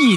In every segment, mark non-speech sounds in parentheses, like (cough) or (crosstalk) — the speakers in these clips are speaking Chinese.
一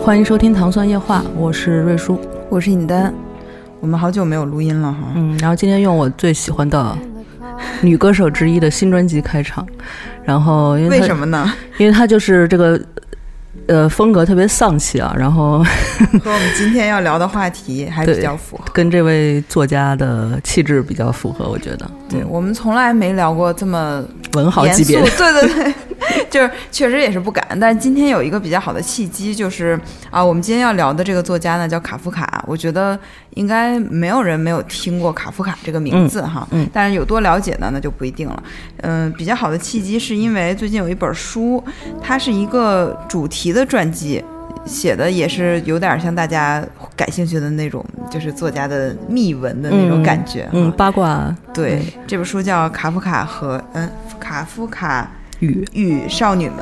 欢迎收听《糖蒜夜话》，我是瑞舒。我是尹丹，我们好久没有录音了哈。嗯，然后今天用我最喜欢的女歌手之一的新专辑开场，然后因为为她什么呢？因为她就是这个呃风格特别丧气啊，然后 (laughs) 和我们今天要聊的话题还比较符合。跟这位作家的气质比较符合，我觉得嗯对嗯我们从来没聊过这么文豪严级肃，别的。对对 (laughs) 对，就是确实也是不敢。但是今天有一个比较好的契机，就是啊，我们今天要聊的这个作家呢叫卡夫卡，我觉得应该没有人没有听过卡夫卡这个名字哈。嗯但是有多了解呢，那就不一定了。嗯、比较好的契机是因为最近有一本书，它是一个主题的传记。写的也是有点像大家感兴趣的那种，就是作家的秘闻的那种感觉哈。嗯，八卦对，这本书叫《卡夫卡和嗯卡夫卡语，与少女们》。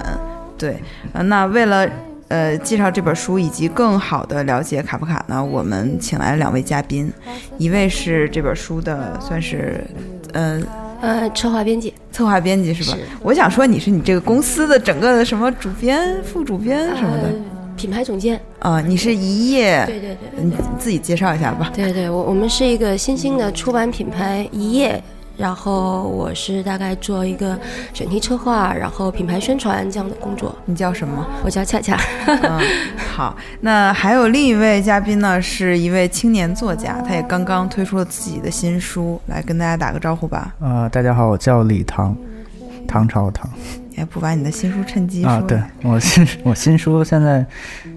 对，呃那为了呃介绍这本书以及更好的了解卡夫卡呢，我们请来了两位嘉宾，一位是这本书的算是呃呃，策划编辑，策划编辑是吧？我想说你是你这个公司的整个的什么主编、副主编什么的哎呃，品牌总监，啊、你是一页，对对对你自己介绍一下吧。 (laughs) 对对，我我们是一个新兴的出版品牌一夜，然后我是大概做一个选题策划，然后品牌宣传这样的工作。你叫什么？ (laughs) 我叫 (laughs) 恰恰，嗯，好，那还有另一位嘉宾呢，是一位青年作家，他也刚刚推出了自己的新书，来跟大家打个招呼吧。呃，大家好，我叫李唐，唐朝的唐哎，不把你的新书趁机说啊，对我新我新书现在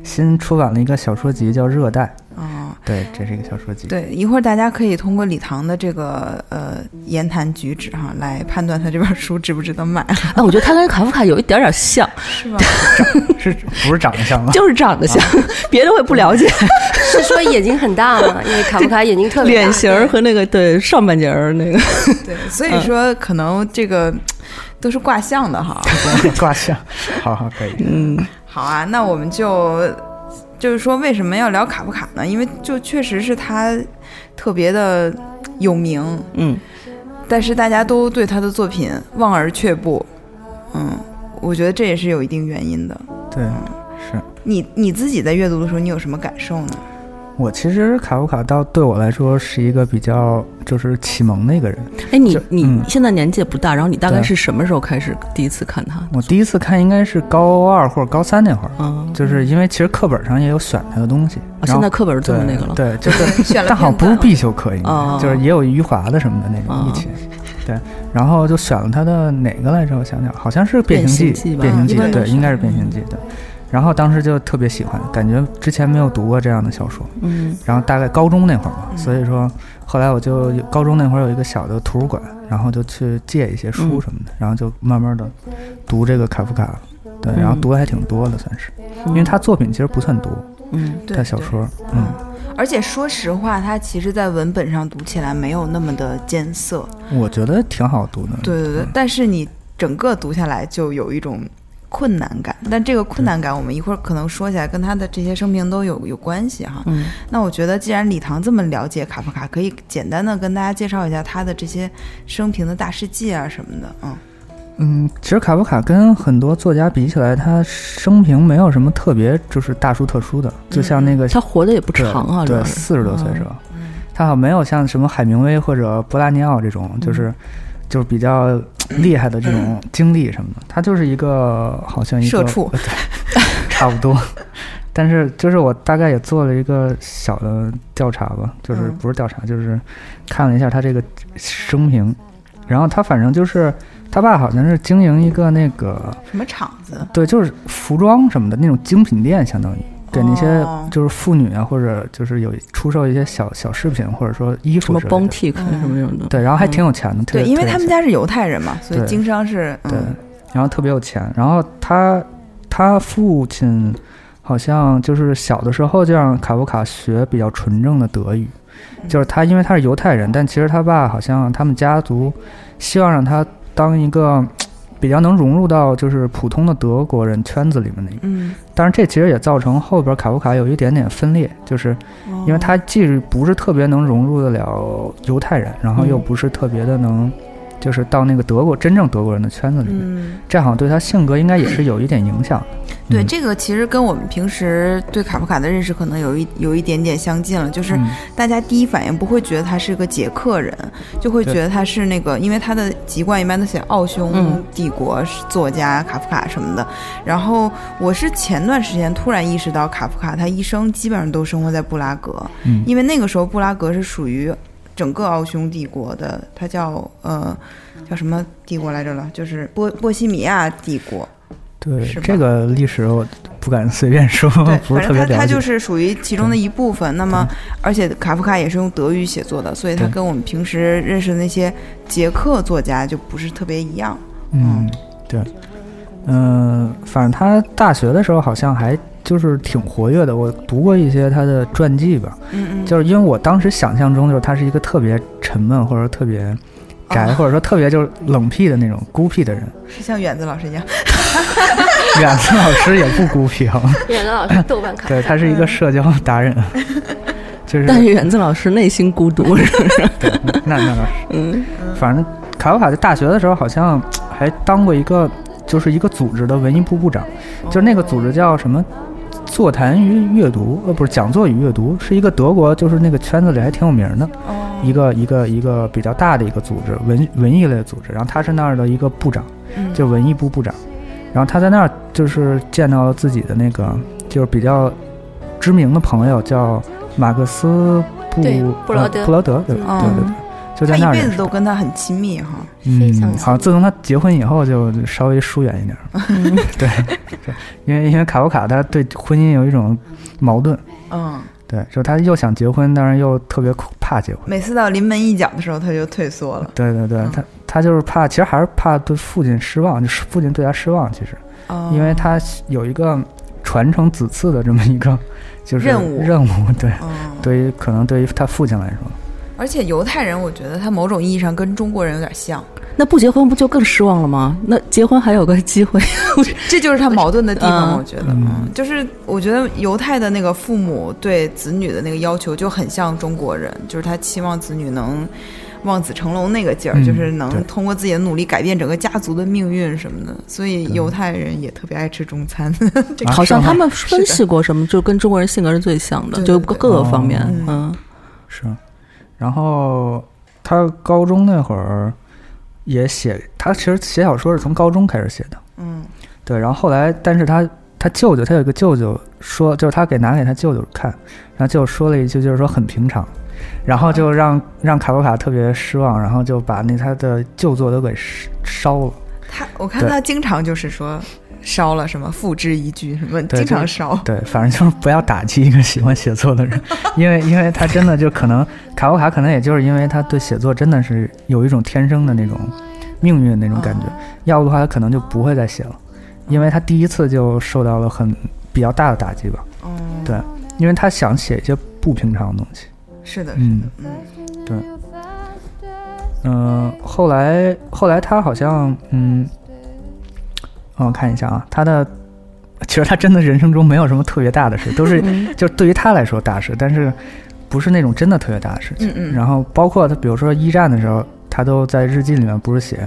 新出版了一个小说集，叫《热带》，啊、对，这是一个小说集。对，一会儿大家可以通过李唐的这个呃言谈举止哈，来判断他这本书值不值得买， (laughs) 哎、我觉得她跟卡夫卡有一点点像，是吧？是不是长相 (laughs) 吗？就是长得像，啊 (laughs) 别的我也不了解，是说眼睛很大吗？因为卡夫卡眼睛特别大，脸型儿和那个对上半截儿那个，对，所以说可能这个都是卦象的哈。卦象，好好可以。嗯好啊，那我们就就是说，为什么要聊卡夫卡呢？因为就确实是他特别的有名，嗯，但是大家都对他的作品望而却步，嗯，我觉得这也是有一定原因的。对你你自己在阅读的时候，你有什么感受呢？我其实卡夫卡到对我来说是一个比较就是启蒙的一个人。哎，你就你嗯现在年纪也不大，然后你大概对嗯是什么时候开始第一次看他？我第一次看应该是高二或者高三那会儿，嗯，就是因为其实课本上也有选他的东西。啊然现后在课本是这么对那个了。 (laughs) 对，就是选了但好像不片是段必修课，应该、哦就是也有余华的什么的那种哦一起。对，然后就选了他的哪个来着？我想想，好像是《变形变形记记》。吧变形一般记，都对，是应该是《变形记》对。然后当时就特别喜欢，感觉之前没有读过这样的小说。嗯，然后大概高中那会儿嘛，嗯所以说后来我就有高中那会儿有一个小的图书馆，然后就去借一些嗯书什么的，然后就慢慢的读这个卡夫卡。对，然后嗯读的还挺多的，算是，因为他作品其实不算多，嗯，对他小对说，嗯，而且说实话，它其实，在文本上读起来没有那么的艰涩，我觉得挺好读的。对对对嗯，但是你整个读下来就有一种困难感，但这个困难感我们一会儿可能说起来，跟他的这些生平都有有关系哈。嗯，那我觉得既然李唐这么了解卡夫卡，可以简单的跟大家介绍一下他的这些生平的大事记啊什么的，嗯嗯，其实卡夫卡跟很多作家比起来，他生平没有什么特别就是大书特书的，就像那个他活得也不对嗯长啊，主对，要是四十多岁是吧？他好像没有像什么海明威或者波拉尼奥这嗯种，就是就是比较厉害的 (clears throat) 这种经历什么的。他就是一个好像一个社畜呃对差不多。 (laughs) 但是就是我大概也做了一个小的调查吧，就是嗯不是调查，就是看了一下他这个生平，然后他反正就是他爸好像是经营一个那个什么厂子，对，就是服装什么的那种精品店，相当于。给那些哦就是妇女啊，或者就是有出售一些小小饰品，或者说衣什服么之类的 Bontic 嗯什么什么的，对，然后还嗯挺有钱的，特对，别因为特他别们有家是犹太人嘛，所以对经商是嗯钱对，然后特别有钱，然后他他父亲好像就是小的时候就让卡夫卡学比较纯正的德语，就是他因为他是犹太人，但其实他爸好像他们家族希望让他当一个比较能融入到就是普通的德国人圈子里面的一个。嗯，但是这其实也造成后边卡夫卡有一点点分裂，就是因哦为他既是不是特别能融入得了犹太人，然后又不是特别的能，就是到那个德国真正德国人的圈子里面，嗯，这好像对他性格应该也是有一点影响的。对，嗯这个其实跟我们平时对卡夫卡的认识可能有一有一点点相近了，就是嗯大家第一反应不会觉得他是个捷克人，就会对觉得他是那个，因为他的籍贯一般都写奥匈嗯帝国作家卡夫卡什么的。然后我是前段时间突然意识到，卡夫卡他一生基本上都生活在布拉格，嗯因为那个时候布拉格是属于整个奥匈帝国的，它叫呃叫什么帝国来着了？就是波波西米亚帝国。对是吧这个历史我不敢随便说对，，嗯 (laughs) 不反是特正别它了它解。就是属于其中的一部分。那么，而且卡夫卡也是用德语写作的，所以他对跟我们平时认识的那些捷克作家就不是特别一样。嗯，对，嗯、反正他大学的时候好像还就是挺活跃的，我读过一些他的传记吧。嗯嗯，就是因为我当时想象中就是他是一个特别沉闷或者特别宅、啊或者说特别就是冷僻的那种孤僻的人， (laughs) 是像远子老师一样。远子老师也不孤僻啊，远老师豆瓣卡，对他是嗯一个社交达人，就是但是园子老师内心孤独，是不是？对那那倒是，嗯，反正卡夫卡在大学的时候好像还当过一个就是一个组织的文艺部部长，就是那个组织叫什么？座谈与阅读，呃，不是讲座与阅读，是一个德国，就是那个圈子里还挺有名的。哦一个一个一个比较大的一个组织，文文艺类的组织。然后他是那儿的一个部长，嗯就文艺部部长。然后他在那儿就是见到了自己的那个就是比较知名的朋友，叫马克思布对布劳呃德布劳德，对吧嗯对对对，就在他那一儿辈认子识的。都跟他很亲密哈。非常嗯，好像自从他结婚以后就稍微疏远一点儿，嗯 (laughs) 对，对因为因为卡夫卡他对婚姻有一种矛盾，嗯，对，就他又想结婚，但是又特别恐怕结婚。每次到临门一脚的时候，他就退缩了。对对对，嗯他他就是怕，其实还是怕对父亲失望，就是父亲对他失望。其实，哦因为他有一个传承子嗣的这么一个就是任务任务，对，嗯，对于可能对于他父亲来说，而且犹太人，我觉得他某种意义上跟中国人有点像，那不结婚不就更失望了吗？那结婚还有个机会，这就是他矛盾的地方。嗯我觉得，嗯就是我觉得犹太的那个父母对子女的那个要求就很像中国人，就是他期望子女能望子成龙那个劲儿，嗯就是能对通过自己的努力改变整个家族的命运什么的。所以犹太人也特别爱吃中餐。 (laughs) 这个啊好像是吗他们分析过什么，就跟中国人性格是最像的，对就对对各个方面，哦嗯，是。然后他高中那会儿也写，他其实写小说是从高中开始写的，嗯对。然后后来，但是他他舅舅，他有一个舅舅说，就是他给拿给他舅舅看，然后舅舅说了一句，就是说很平常，然后就让让卡夫卡特别失望，然后就把那他的旧作都给烧了。他我看对他经常就是说烧了什么，付之一炬什么，对经常这烧。对，反正就是不要打击一个喜欢写作的人，因为因为他真的就可能卡夫卡可能也就是因为他对写作真的是有一种天生的那种命运那种感觉，要不的话他可能就不会再写了，因为他第一次就受到了很比较大的打击吧，嗯，对因为他想写一些不平常的东西。是的，嗯嗯，对。嗯、后来后来他好像嗯，让我看一下啊，他的其实他真的人生中没有什么特别大的事，都是就是对于他来说大事，但是不是那种真的特别大的事情。嗯嗯然后包括他，比如说一战的时候，他都在日记里面不是写。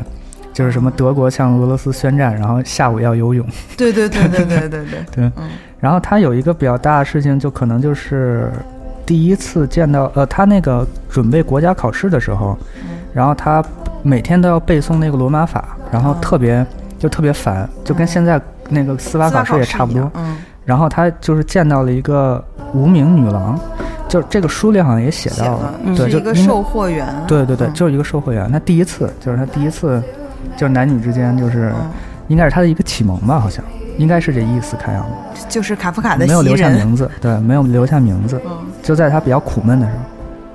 就是什么德国向俄罗斯宣战，然后下午要游泳。对对对对对对对对嗯然后他有一个比较大的事情，就可能就是第一次见到，呃，他那个准备国家考试的时候，嗯然后他每天都要背诵那个罗马法，然后特嗯别、就特别烦，就跟现在那个司法司法考试也差不一多样。嗯，然后他就是见到了一个无名女郎，就是这个书里好像也写写到了了，，嗯对，是就一个因为售货员。对对对，嗯就是一个售货员。他第一次就是他第一次，就是男女之间就是嗯应该是他的一个启蒙吧，好像。应该是这意思，啊看样子就是卡夫卡的没有袭留下人，名字，对，没有留下名字，嗯就在他比较苦闷的时候，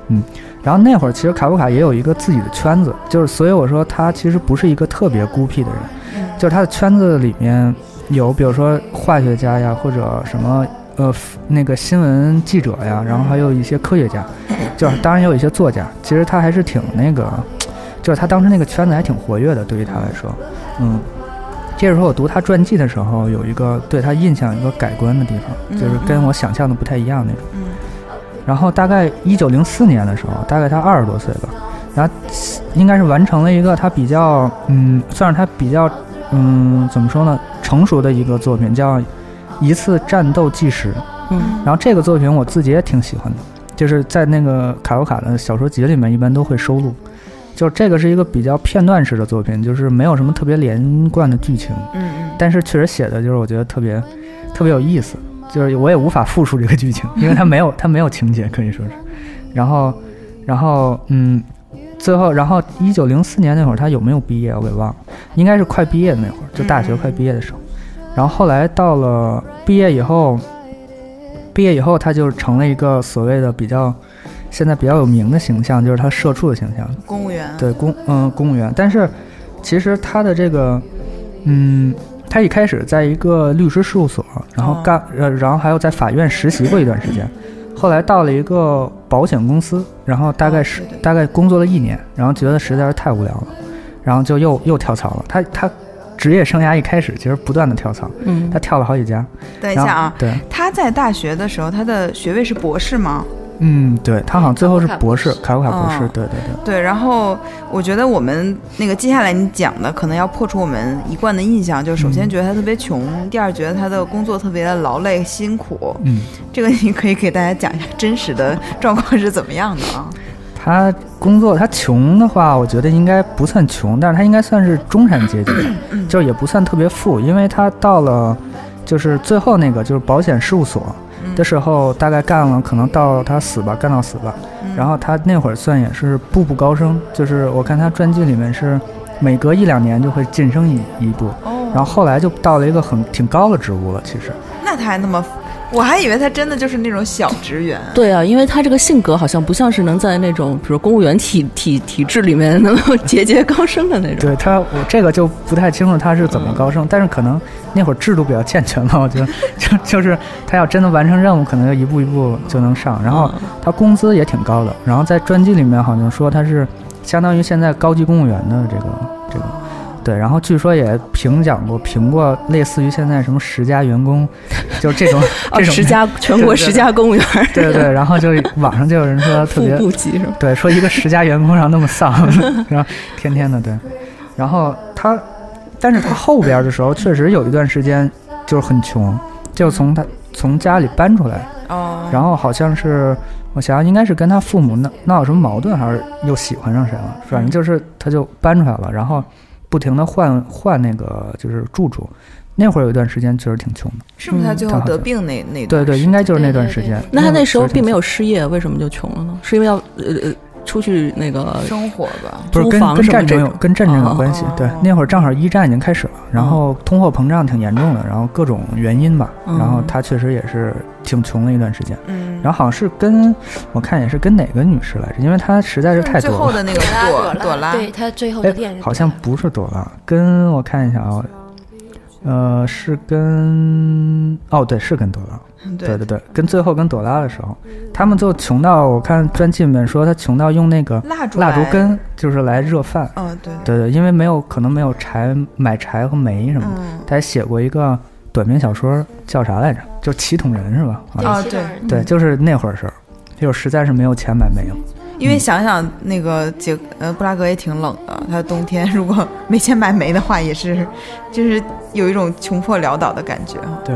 嗯，然后那会儿其实卡夫卡也有一个自己的圈子，就是所以我说他其实不是一个特别孤僻的人，就是他的圈子里面有比如说化学家呀，或者什么呃那个新闻记者呀，然后还有一些科学家，就是当然也有一些作家，其实他还是挺那个，就是他当时那个圈子还挺活跃的，对于他来说，嗯。接着说，我读他传记的时候，有一个对他印象有一个改观的地方，就是跟我想象的不太一样那种。嗯然后大概一九零四年的时候，大概他二十多岁吧，然后应该是完成了一个他比较嗯，算是他比较嗯怎么说呢，成熟的一个作品，叫《一次战斗纪实》。嗯然后这个作品我自己也挺喜欢的，就是在那个卡夫卡的小说集里面一般都会收录。就是这个是一个比较片段式的作品，就是没有什么特别连贯的剧情，嗯但是确实写的就是我觉得特别特别有意思，就是我也无法复述这个剧情， (laughs) 因为它没有它没有情节，可以说是。然后，然后嗯，最后，然后一九零四年那会儿他有没有毕业我给忘了，应该是快毕业的那会儿，就大学快毕业的时候。然后后来到了毕业以后，毕业以后他就成了一个所谓的比较现在比较有名的形象，就是他社畜的形象。嗯，公务员，对公嗯、公务员，但是其实他的这个嗯，他一开始在一个律师事务所，然后哦干呃，然后还有在法院实习过一段时间，后来到了一个保险公司，然后大概哦是、对对大概工作了一年，然后觉得实在是太无聊了，然后就又又跳槽了。他他职业生涯一开始其实不断的跳槽，嗯他跳了好几家。等一然后下啊，对，他在大学的时候，他的学位是博士吗？嗯，对他好像最后是博士，卡夫卡博博士士，哦对对对。对，然后我觉得我们那个接下来你讲的，可能要破除我们一贯的印象，就是首嗯先觉得他特别穷，第二觉得他的工作特别的劳累辛苦。嗯，这个你可以给大家讲一下真实 (laughs) 的状况是怎么样的啊？他工作，他穷的话，我觉得应该不算穷，但是他应该算是中产阶级，就是也不算特别富，因为他到了就是最后那个就是保险事务所的时候，大概干了可能到他死吧，干到死吧。嗯然后他那会儿算也是步步高升，就是我看他传记里面是每隔一两年就会晋升一一步，嗯然后后来就到了一个很挺高的职务了，其实。哦那他还那么，我还以为他真的就是那种小职员。对啊，因为他这个性格好像不像是能在那种比如公务员体体体制里面能够节节高升的那种。嗯对他，我这个就不太清楚他是怎么高升，但是可能那会儿制度比较健全吧，我觉得 (laughs) 就就是他要真的完成任务，可能就一步一步就能上。然后哦他工资也挺高的，然后在传记里面好像说他是相当于现在高级公务员的这个这个。对，然后据说也评奖过，评过类似于现在什么十佳员工，就是这种啊， (laughs) 这种十佳全国对对十佳公务员， (laughs) 对对对，然后就网上就有人说他副特别部级是吧？对，说一个十佳员工然后那 (laughs) 么丧，然后天天的对，然后他，但是他后边儿的时候确实有一段时间就是很穷，就从他从家里搬出来，哦，然后好像是我想想应该是跟他父母闹闹有什么矛盾，还是又喜欢上谁了，反正就是他就搬出来了，然后不停的换换那个就是住处，那会儿有一段时间确实挺穷的，是不是他最后嗯得病那那对对，段时应该就是那段对时对对间。那他会那儿时候确实挺并没穷有失业，为什么就穷了呢？是因为要呃呃出去那个生活吧？不是租跟房跟什么战争这有种跟战争有哦关系哦，对哦，嗯那会儿正好一战已经开始了，然后通货膨胀挺严重的，然后各种原因吧，嗯然后他确实也是挺穷的一段时间，嗯，然后好像是跟我看也是跟哪个女士来着，因为他实在是太最多后的了，那个朵 (laughs) 朵拉，对他最后的哎恋人，好像不是朵拉，跟我看一下啊，呃，是跟哦对，是跟朵拉，对嗯对对对，跟最后跟朵拉的时候，他们就穷到我看专辑里面说他穷到用那个蜡烛蜡烛来，根就是来热饭。嗯对，对对，因为没有可能没有柴买柴和煤什么的，嗯他还写过一个短篇小说叫啥来着？就《骑桶人》是吧？对啊，啊西对方人对，就是那会儿事儿，就是实在是没有钱买煤了。因为想想那个捷呃布拉格也挺冷的，它冬天如果没钱买煤的话，也是就是有一种穷破潦倒的感觉哈。对，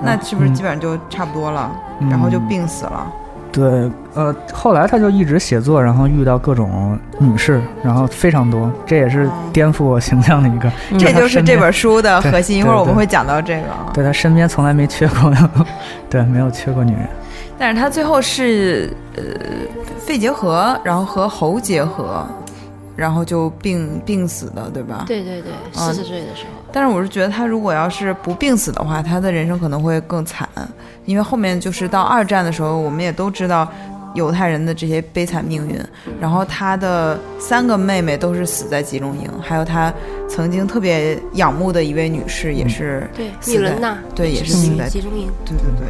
那是不是嗯基本上就差不多了？嗯然后就病死了。对，呃，后来他就一直写作，然后遇到各种女士，然后非常多，这也是颠覆我形象的一个。嗯哦这他就是身这边本书的核心，对一会儿对我们对会讲到这个啊。对他身边从来没缺过， (laughs) 对，没有缺过女人。但是他最后是呃肺结核，然后和喉结核，然后就病病死的，对吧？对对对，啊四十岁的时候，但是我是觉得他如果要是不病死的话，他的人生可能会更惨，因为后面就是到二战的时候，我们也都知道犹太人的这些悲惨命运。然后他的三个妹妹都是死在集中营，还有他曾经特别仰慕的一位女士也是，对，死米在伦娜，对，也是集死在集中营，对对对。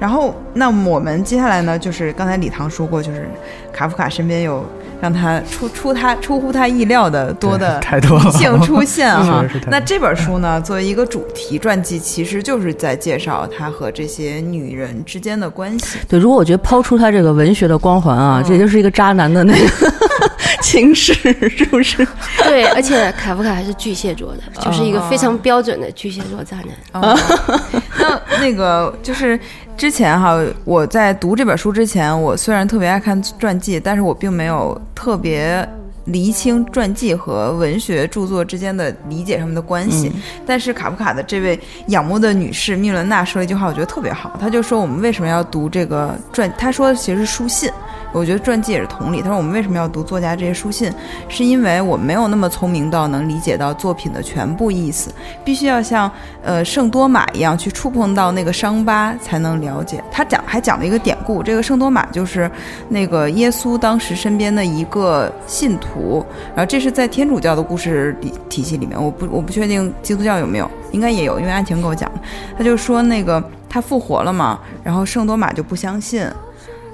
然后，那我们接下来呢，就是刚才李唐说过，就是卡夫卡身边有让他出出他出乎他意料的多 (laughs) 的太多了，性出现啊 (laughs) 确实是太。多那这本书呢，作为一个主题传记，其实就是在介绍她和这些女人之间的关系。对，如果我觉得抛出他这个文学的光环啊，嗯这就是一个渣男的那个 (laughs) 情史，是不是？ (laughs) 对，而且卡夫卡还是巨蟹座的，就是一个非常标准的巨蟹座渣男。哦， (laughs) 那那个就是之前哈，我在读这本书之前，我虽然特别爱看传记，但是我并没有特别厘清传记和文学著作之间的理解上面的关嗯嗯系。但是卡夫卡的这位仰慕的女士密伦娜说了一句话，我觉得特别好，她就说我们为什么要读这个传？她说其实是书信。我觉得传记也是同理。她说我们为什么要读作家这些书信，是因为我没有那么聪明到能理解到作品的全部意思，必须要像呃圣多玛一样去触碰到那个伤疤，才能了解。他讲还讲了一个典故，这个圣多玛就是那个耶稣当时身边的一个信徒，然后这是在天主教的故事里体系里面，我不我不确定基督教有没有，应该也有，因为安晴给我讲的，他就说那个他复活了嘛，然后圣多玛就不相信。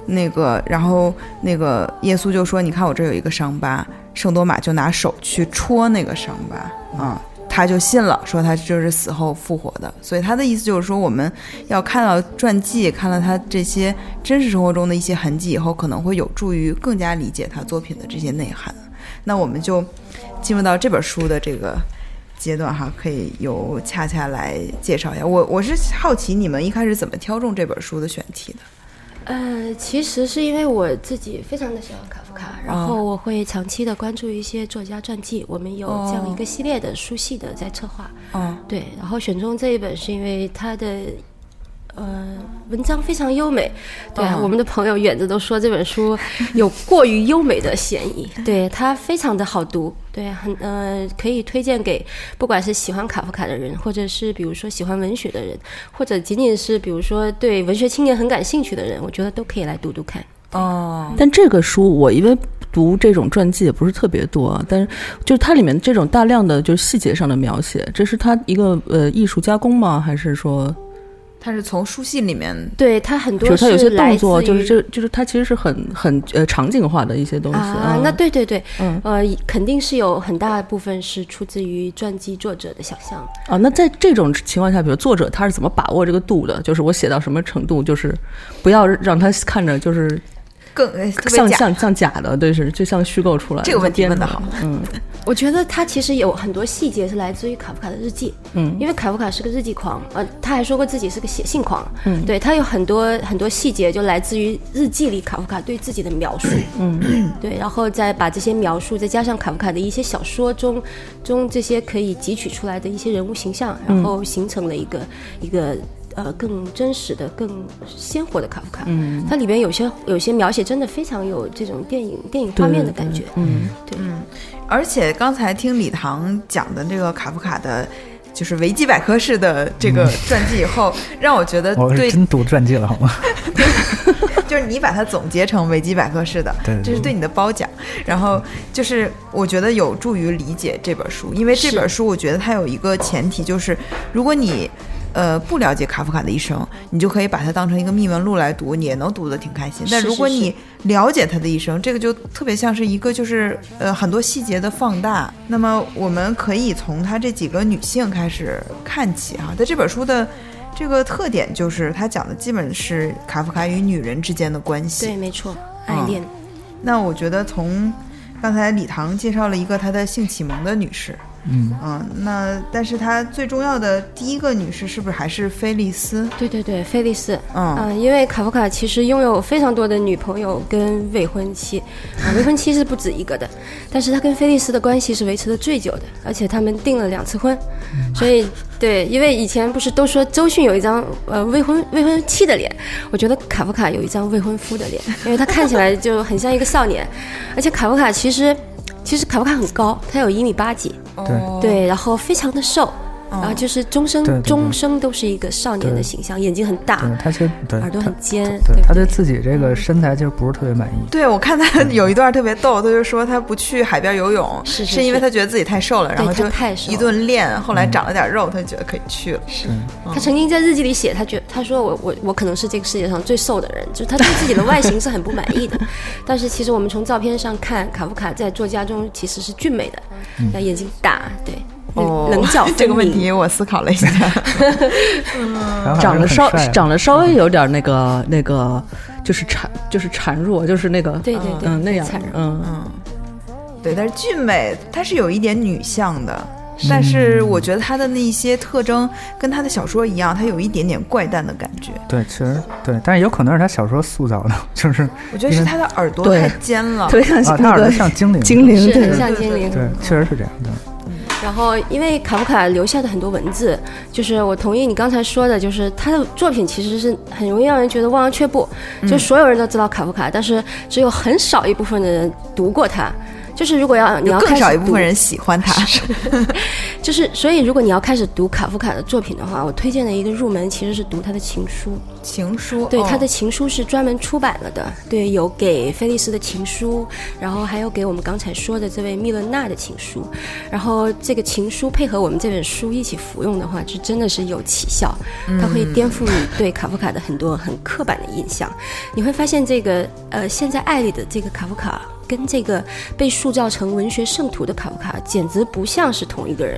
那个，然后那个耶稣就说：“你看我这有一个伤疤。”圣多玛就拿手去戳那个伤疤啊，他就信了，说他就是死后复活的。所以他的意思就是说，我们要看到传记，看到他这些真实生活中的一些痕迹以后，可能会有助于更加理解他作品的这些内涵。那我们就进入到这本书的这个阶段哈，可以由恰恰来介绍一下。我我是好奇你们一开始怎么挑中这本书的选题的？呃，其实是因为我自己非常的喜欢卡夫卡，然后我会长期的关注一些作家传记，我们有这样一个系列的书系的在策划，嗯对，然后选中这一本是因为它的。呃，文章非常优美，对啊，嗯我们的朋友远子都说这本书有过于优美的嫌疑，对它非常的好读，对，很呃可以推荐给不管是喜欢卡夫卡的人，或者是比如说喜欢文学的人，或者仅仅是比如说对文学青年很感兴趣的人，我觉得都可以来读读看。哦，但这个书我因为读这种传记也不是特别多，啊但是就是它里面这种大量的就是细节上的描写，这是它一个呃艺术加工吗？还是说，它是从书信里面对它很比多如它有些是来动作，自就是于这就是它其实是很很呃场景化的一些东西啊，那对对对，嗯呃，肯定是有很大部分是出自于传记作者的想象。啊，那在这种情况下，比如作者他是怎么把握这个度的？就是我写到什么程度，就是不要让他看着就是更呃特别像假。像像假的，对是就像虚构出来的。这个问题编问得出来好，我觉得他其实有很多细节是来自于卡夫卡的日记，嗯，因为卡夫卡是个日记狂，呃，他还说过自己是个写信狂，嗯，对他有很多很多细节就来自于日记里卡夫卡对自己的描述，嗯， (clears throat) 对，然后再把这些描述再加上卡夫卡的一些小说中中这些可以汲取出来的一些人物形象，然后形成了一个、一个。呃，更真实的、更鲜活的卡夫卡，嗯，它里边有些有些描写真的非常有这种电影电影画面的感觉，嗯，对，而且刚才听李唐讲的这个卡夫卡的，就是维基百科式的这个传记以后，让我觉得我嗯哦是对，真读传记了好吗？就是你把它总结成维基百科式的对，对这是对你的褒奖。然后就是我觉得有助于理解这本书，因为这本书我觉得它有一个前提，就是如果你。呃，不了解卡夫卡的一生，你就可以把它当成一个秘闻录来读，你也能读得挺开心。但是如果是你了解他的一生，这个就特别像是一个就是呃很多细节的放大。那么我们可以从他这几个女性开始看起哈、在这本书的这个特点就是，它讲的基本是卡夫卡与女人之间的关系。对，没错，爱嗯恋。那我觉得从刚才李唐介绍了一个她的性启蒙的女士，嗯那但是她最重要的第一个女士是不是还是菲利斯？对对对，菲利斯。嗯嗯，因为卡夫卡其实拥有非常多的女朋友跟未婚妻，啊，未婚妻是不止一个的，但是他跟菲利斯的关系是维持的最久的，而且他们订了两次婚，嗯 (laughs) 所以对，因为以前不是都说周迅有一张呃未婚未婚妻的脸，我觉得卡夫卡有一张未婚夫的脸，因为他看起来就很像一个少年，而且卡夫卡哦其实其实卡夫卡很高，他有一米八几，哦对对，然后非常的瘦，嗯然后就是终对对生对终生都是一个少年的对形象，眼睛很大，对他其实对耳朵他很尖，对不他对对？嗯自己这个身材其实不是特别满意。对，我看他有一段特别逗，他就说他不去海边游泳，是是因为他觉得自己太瘦了，然后对他就太瘦嗯一顿练，后来长了点肉，他就觉得可以去了。他曾经在日记里写，他觉他说我我我可能是这个世界上最瘦的人，就是他对自己的外形是很不满 (laughs) 意的。但是其实我们从照片上看，卡夫卡在作家中其实是俊美的，嗯那眼睛大，对，哦，棱角分 (laughs) 明这个问题我思考了 (laughs) 一下，然后还是长得很稍帅啊长得稍微有点那个那个，就是孱就是孱弱，就是那个对对对，嗯那样惨人嗯对，但是俊美它是有一点女相的。但是嗯我觉得他的那些特征跟他的小说一样，他有一点点怪诞的感觉。对，其实对，但是有可能是他小说塑造的， (laughs) 就是我觉得是他的耳朵对太尖了特，别像啊，他那耳朵个像精灵，精灵是对很像精灵。对，确实是这样的。然后，因为卡夫卡留下的很多文字，就是我同意你刚才说的，就是他的作品其实是很容易让人觉得望而却步，嗯就所有人都知道卡夫卡，但是只有很少一部分的人读过他。就是如果要你有要更开始少一部读分人喜欢他。就是，所以如果你要开始读卡夫卡的作品的话，我推荐的一个入门其实是读他的情书。 (laughs) 情书对，哦他的情书是专门出版了的。对，有给菲利斯的情书，然后还有给我们刚才说的这位密伦娜的情书。然后这个情书配合我们这本书一起服用的话，就真的是有奇效。嗯它会颠覆你对卡夫卡的很多很刻板的印象。你会发现，这个呃，现在爱里的这个卡夫卡。跟这个被塑造成文学圣徒的卡夫卡简直不像是同一个人，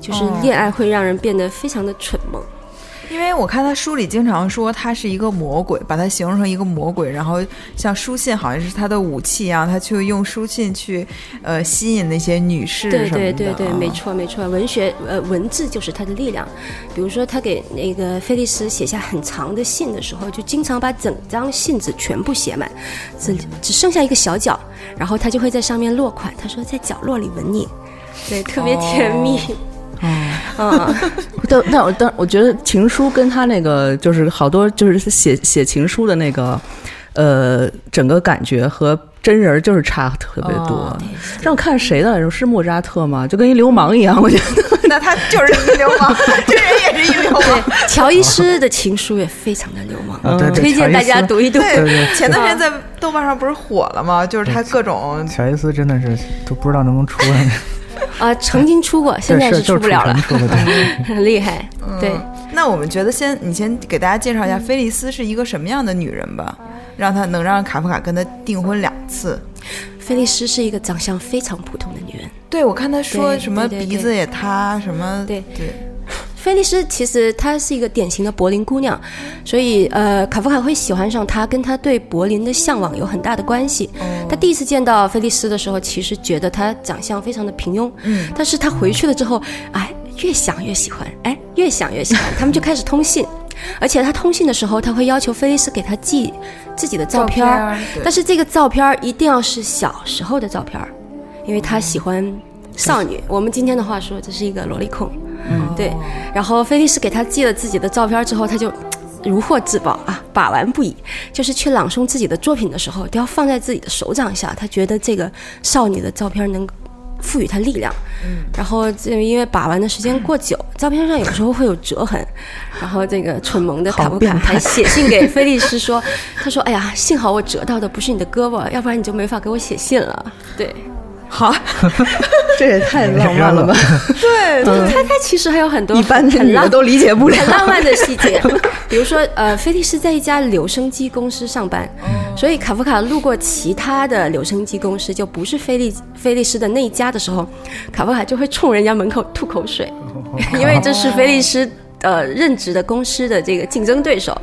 就是哦恋爱会让人变得非常的蠢萌。因为我看他书里经常说他是一个魔鬼，把他形容成一个魔鬼，然后像书信好像是他的武器一样，他去用书信去呃吸引那些女嗯士对什么对的对对，啊没错没错，文学呃文字就是它的力量。比如说，他给那个菲利斯写下很长的信的时候，就经常把整张信纸全部写满，只只剩下一个小角，然后他就会在上面落款，他说在角落里吻你，对，特别甜蜜。哦，但 (laughs) 但我但我觉得情书跟他那个就是好多就是写写情书的那个，呃，整个感觉和真人就是差特别多。哦让我看谁的来着？是莫扎特吗？就跟一流氓一样，我觉 (laughs) 得。 (laughs) 那他就是一流 (laughs) 氓，这人也是一流氓。对，乔伊斯的情书也非常的流氓，啊，对，对推荐大家。读一 (laughs) 读。对对前啊段时间在豆瓣上不是火了吗？就是他各种乔伊斯乔伊斯真的是都不知道能不能出来，啊，曾经出过， (laughs) 现对在是出就是不了了，出不嗯了。(laughs) 对很厉害。对，那我们觉得先，你先给大家介绍嗯一下菲利斯是一个什么样的女人吧，让她能让卡夫卡跟她订婚两次。菲利斯是一个长相非常普通的女人。对，我看她说对什么对对鼻子也塌，什么对对，菲利斯其实她是一个典型的柏林姑娘，所以呃，卡夫卡会喜欢上她，跟她对柏林的向往有很大的关系。哦他第一次见到菲利斯的时候，其实觉得她长相非常的平庸，嗯，但是他回去了之后，哎，越想越喜欢，哎，越想越喜欢， (laughs) 他们就开始通信。而且他通信的时候，他会要求菲利斯给他寄自己的照片照片儿儿对，但是这个照片儿一定要是小时候的照片儿，因为他喜欢少女。我们今天的话说，这是一个萝莉控。嗯对，然后菲利斯给他寄了自己的照片之后，他就如获至宝啊，把玩不已。就是去朗诵自己的作品的时候，都要放在自己的手掌下，他觉得这个少女的照片能赋予他力量。嗯然后这因为把玩的时间过久，照片上有时候会有折痕，然后这个蠢萌的卡夫卡还写信给菲利斯说， (laughs) 他说：“哎呀，幸好我折到的不是你的胳膊，要不然你就没法给我写信了。”对。好， (laughs) 这也太浪漫 (laughs) 了吧！对，对，他他其实还有很多嗯一般的很女浪的都理解不了。很浪漫的细节，比如说，呃，菲利斯在一家留声机公司上班，所以卡夫卡路过其他的留声机公司，就不是菲利菲利斯的那一家的时候，卡夫卡就会冲人家门口吐口水，因为这是菲利斯呃任职的公司的这个竞争对手。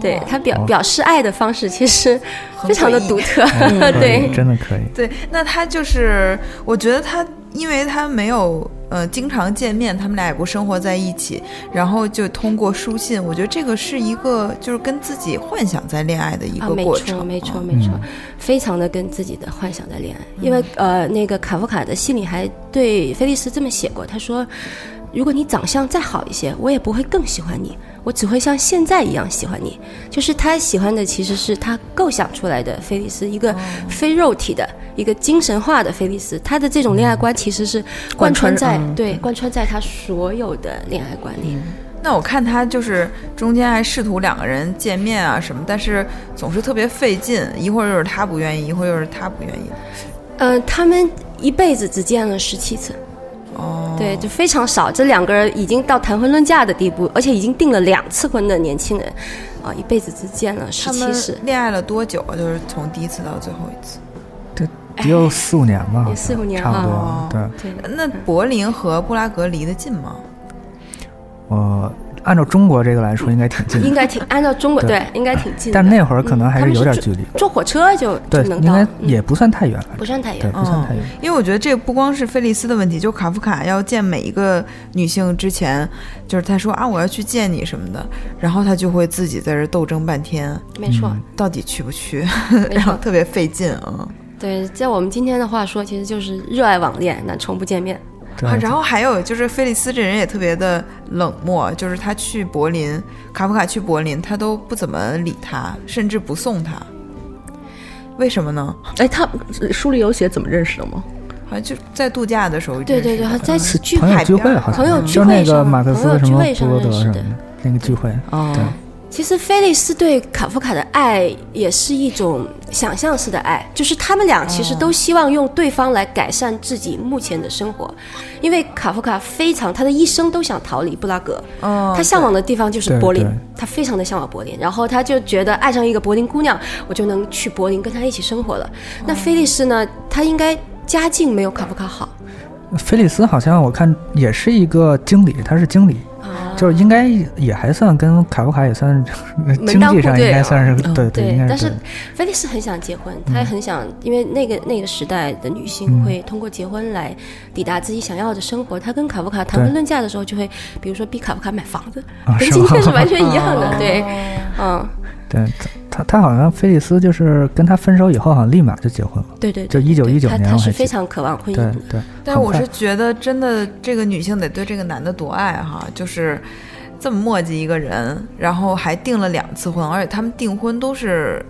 对他表表示爱的方式其实非常的独特， (laughs) 嗯对，真的可以。对，那他就是，我觉得他，因为他没有呃经常见面，他们俩也不生活在一起，然后就通过书信，我觉得这个是一个就是跟自己幻想在恋爱的一啊，个没过错，程，没错，没错，非常的跟自己的幻想在嗯恋爱。因为呃，那个卡夫卡的信里还对菲利斯这么写过，他说，如果你长相再好一些，我也不会更喜欢你，我只会像现在一样喜欢你。就是他喜欢的其实是他构想出来的菲利斯，一哦个非肉体的、一个精神化的菲利斯。他的这种恋爱观其实是嗯贯穿在贯穿嗯对嗯贯穿在他所有的恋爱观里。那我看他就是中间还试图两个人见面啊什么，但是总是特别费劲，一会儿又是他不愿意，一会儿又是他不愿意。嗯、他们一辈子只见了十七次。哦，对，就非常少。这两个人已经到谈婚论嫁的地步，而且已经订了两次婚的年轻人，啊，嗯一辈子只见了十他七们世，恋爱了多久啊？就是从第一次到最后一次。得有四五年吧，好像有四五年差不哦多。对，对，那柏林和布拉格离得近吗？我按照中国这个来说，应该挺近应的，该挺按照中国 (laughs) 对对，应该挺近的。但那会儿可能嗯还他是们有点坐距离。坐火车就就对，能应到该，嗯也不算太远了，不算太对，远。哦啊不算太远。因为我觉得这不光是菲利斯的问题，就卡夫卡要见每一个女性之前，就是他说啊我要去见你什么的，然后他就会自己在这斗争半天，没错，到底去不 (laughs) 去，嗯没然后错。特别费劲啊。对，在我们今天的话说，其实就是热爱网恋，那从不见面。对啊，然后还有就是菲利斯这人也特别的冷漠，就是他去柏林，卡夫卡去柏林，他都不怎么理他，甚至不送他。为什么呢？哎，他书里有写怎么认识的吗？好像就是在度假的时候认识对的。对对，在是聚嗯朋友海聚会边儿好像，嗯朋友聚就那会个上马克朋友思什聚么会布上罗认德识什么的的那个聚会，哦对，其实菲利斯对卡夫卡的爱也是一种想象式的爱，就是他们俩其实都希望用对方来改善自己目前的生活，因为卡夫卡非常他的一生都想逃离布拉格，嗯，他向往的地方就是哦对柏林对，他非常的向往柏林，然后他就觉得爱上一个柏林姑娘，我就能去柏林跟她一起生活了。那菲利斯呢，她应该家境没有卡夫卡好，菲利斯好像我看也是一个经理，他是经理，啊就是应该也还算跟卡夫卡也算是门经当济户上对应该啊算是嗯嗯对对，应该但是对菲利斯很想结婚，她也很想，因为那个那个时代的女嗯性会通过结婚来抵达自己想要的生活。她跟卡夫卡谈婚论嫁的时候，就会比如说逼卡夫卡买房子，啊跟是今吗哦天？是完全一样的。对，嗯， (laughs) 对他他好像菲利斯就是跟他分手以后，好像立马就结婚了，对对就对，一九一九她年她我是还记非得。常渴望婚姻对的。对，但是很我快是觉得，真的这个女性得对这个男的多爱哈，就是这么墨迹一个人，然后还订了两次婚，而且他们订婚都是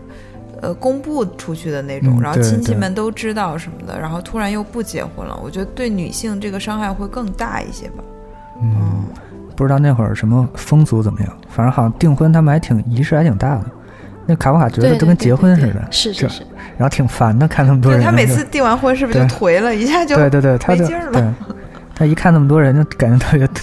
呃公布出去的那种，嗯然后对亲戚对们都知道什么的，然后突然又不结婚了，我觉得对女性这个伤害会更大一些吧。嗯，不知道那会儿什么风俗怎么样，反正好像订婚他们还挺仪式还挺大的。那卡夫卡觉对得对就跟对结婚对似对的，是这是啊是，然后挺烦的，看那么多对人。他每就次订完婚是不是就对颓了一下就？对对对，他没就劲儿了对，他一看那么多人，就感觉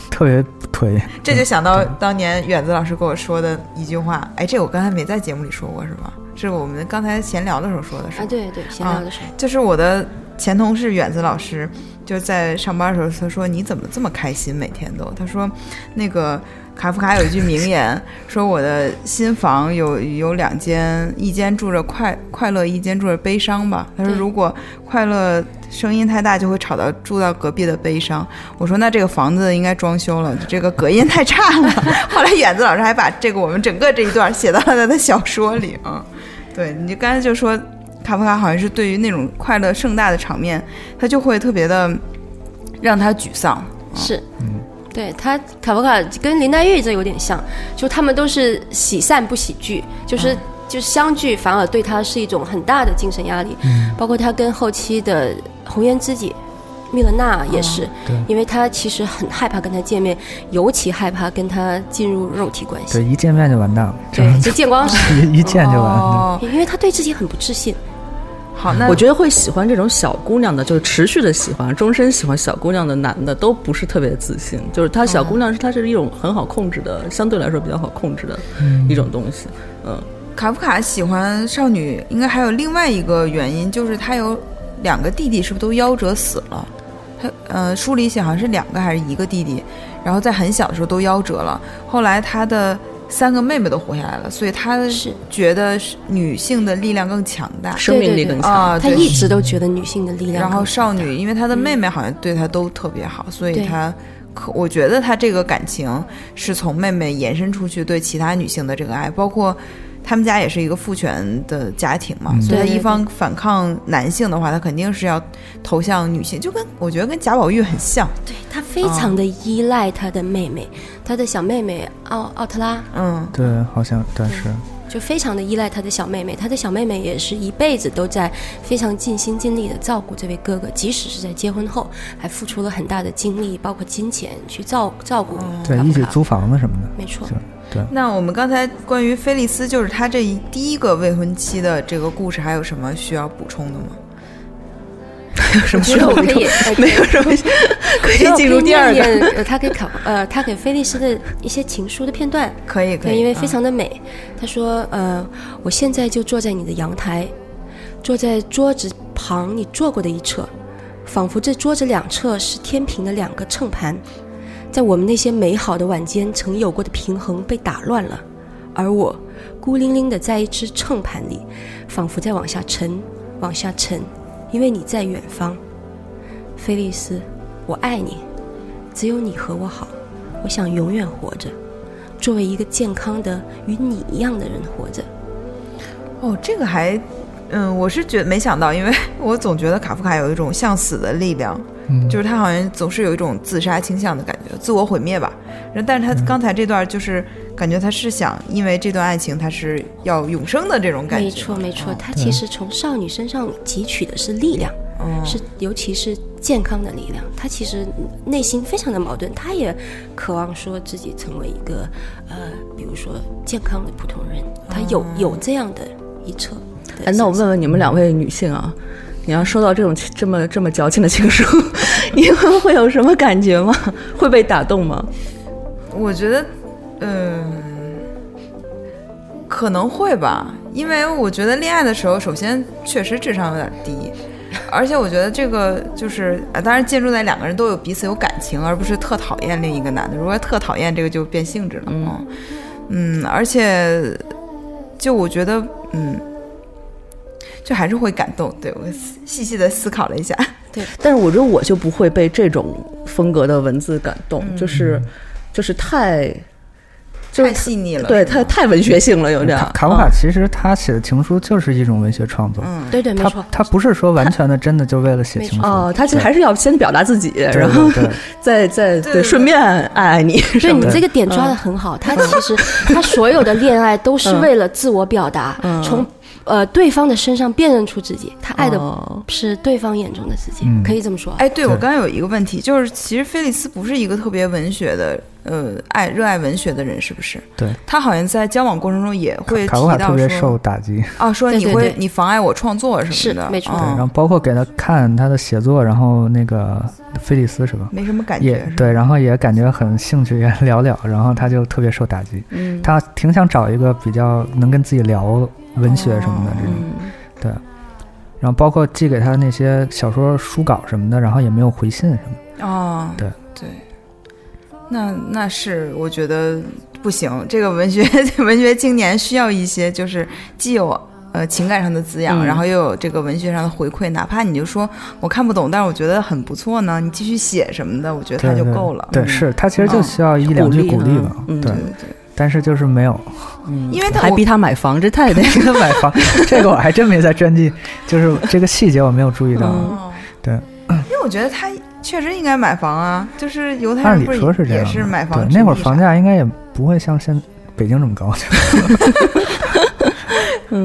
特别 (laughs) 特别颓。这就想到当年远子老师跟我说的一句话，哎，这我刚才没在节目里说过是吧？是我们刚才闲聊的时候说的是吧啊，？对对，闲聊的时候，就是我的前同事远子老师，就在上班的时候，他说：“你怎么这么开心？每天都？”他说：“那个卡夫卡有一句名言，说我的新房有有两间，一间住着快快乐，一间住着悲伤吧。”他说：“对如果快乐声音太大，就会吵到住到隔壁的悲伤。”我说：“那这个房子应该装修了，这个隔音太差了。” (laughs) 后来远子老师还把这个我们整个这一段写到了他的小说里啊。对，你就刚才就说卡夫卡好像是对于那种快乐盛大的场面，他就会特别的让他沮丧。是，嗯对他卡夫卡跟林黛玉这有点像，就他们都是喜散不喜聚，就是、嗯就相聚反而对他是一种很大的精神压力，嗯包括他跟后期的红颜知己。密勒娜也是，嗯对因为他其实很害怕跟他见面，尤其害怕跟他进入肉体关对，系。一见面就完蛋了，对，真就的见 (laughs) 光死， (laughs) 一一见就完。对哦，因为他对自己很不自信。好，那我觉得会喜欢这种小姑娘的，就是持续的喜欢、终身喜欢小姑娘的男的，都不是特别自信。就是他小姑娘是，她是一种很好控制的，相对来说比较好控制的一种东西。嗯，卡夫卡喜欢少女，应该还有另外一个原因，就是他有两个弟弟，是不是都夭折死了？他呃，书里写好像是两个还是一个弟弟，然后在很小的时候都夭折了，后来他的三个妹妹都活下来了，所以他是觉得是女性的力量更强大生命力更强。啊。他对一直都觉得女性的力量然更。后少女，因为她的妹妹好像对她都特别好，所以对她可我觉得她这个感情是从妹妹延伸出去对其他女性的这个爱，包括他们家也是一个父权的家庭嘛，嗯所以他对对一方反抗男性的话，他肯定是要投向女性，就跟我觉得跟贾宝玉很像，对他非常的依赖他的妹妹，他的小妹妹奥奥特拉嗯，对，好像但是就非常的依赖他的小妹妹，他的小妹妹也是一辈子都在非常尽心尽力的照顾这位哥哥，即使是在结婚后，还付出了很大的精力，包括金钱去照哦照顾对卡夫一起卡租房子什么的，没错是，对。那我们刚才关于菲利斯，就是她这一第一个未婚妻的这个故事，还有什么需要补充的吗？有什么其需实要我补可充以？呃没有 (laughs) 什么，可其实以 (laughs) 我进入可以第二念一个。念呃，他给考呃，他给菲利斯的一些情书的片段，可以可对，以，因为非啊常的美。他说：“呃，我现在就坐在你的阳台，坐在桌子旁你坐过的一侧，仿佛这桌子两侧是天平的两个秤盘，在我们那些美好的晚间曾有过的平衡被打乱了，而我孤零零的在一只秤盘里，仿佛在往下沉，往下沉，因为你在远方。菲利斯，我爱你，只有你和我好，我想永远活着。”作为一个健康的与你一样的人活着。哦，这个还，嗯，我是觉得没想到，因为 (laughs) 我总觉得卡夫卡有一种向死的力量，嗯就是他好像总是有一种自杀倾向的感觉，自我毁灭吧。然后但是他刚才这段就是感觉他是想，因为这段爱情他是要永生的这种感觉，没错，没错，哦他其实从少女身上汲取的是力量，嗯是尤其是健康的力量。他其实内心非常的矛盾，他也渴望说自己成为一个呃，比如说健康的普通人，嗯他有、有这样的一侧。哎，那我问问你们两位女性啊，你要收到这种情这么这么矫情的情书， (laughs) 你们会有什么感觉吗？会被打动吗？我觉得，嗯，可能会吧，因为我觉得恋爱的时候，首先确实智商有点低，而且我觉得这个就是，啊当然建筑在两个人都有彼此有感情，而不是特讨厌另一个男的。如果特讨厌，这个就变性质了。嗯嗯，而且就我觉得，嗯。就还是会感动，对我细细的思考了一下，但是我觉得我就不会被这种风格的文字感动，就是就是太就是太细腻嗯了。对太太文学性了，有点卡卡夫啊嗯卡其实他写的情书就是一种文学创作，对对，没他错，他不是说完全的真的就为了写情书，哦，他其实还是要先表达自己，对然后对对 (laughs) 再再对对对顺便爱爱你。对你这个点抓的很好，嗯他其实他所有的恋爱都是为了自我表达，嗯从呃对方的身上辨认出自己，他爱的哦是对方眼中的自己，嗯可以这么说。哎，对我对刚刚有一个问题，就是其实菲利斯不是一个特别文学的，呃，爱热爱文学的人，是不是？对，他好像在交往过程中也会 (laughs) 提卡夫卡到特别说受打击，啊，说对你对会对你妨碍我创作什是么的，没错对，然嗯后包括给他看他的写作，然后那个菲利斯是吧？没什么感也觉，是吧对，然后也感觉很兴趣也聊聊，然后他就特别受打击，嗯他挺想找一个比较能跟自己聊文学什么的哦这种，嗯对，然后包括寄给他那些小说书稿什么的，然后也没有回信什么的，哦，对对，那那是我觉得不行，这个文学 (laughs) 文学青年需要一些就是既有。呃，情感上的滋养，嗯然后又有这个文学上的回馈，哪怕你就说我看不懂，但是我觉得很不错呢，你继续写什么的，我觉得它对就对够了。对，嗯是他其实就需要一两句鼓励吧，嗯对对，对对，但是就是 (laughs) 没有。嗯因为他还我逼他买房，这 (laughs) 太那个。他买房，这个我还真没在专辑，就是这个细节我没有注意到。哦，对，因为我觉得他确实应该买房啊，就是犹太按人理不说是这也样的，是买房置对，那会儿地房啥价应该也不会像现北京这么高。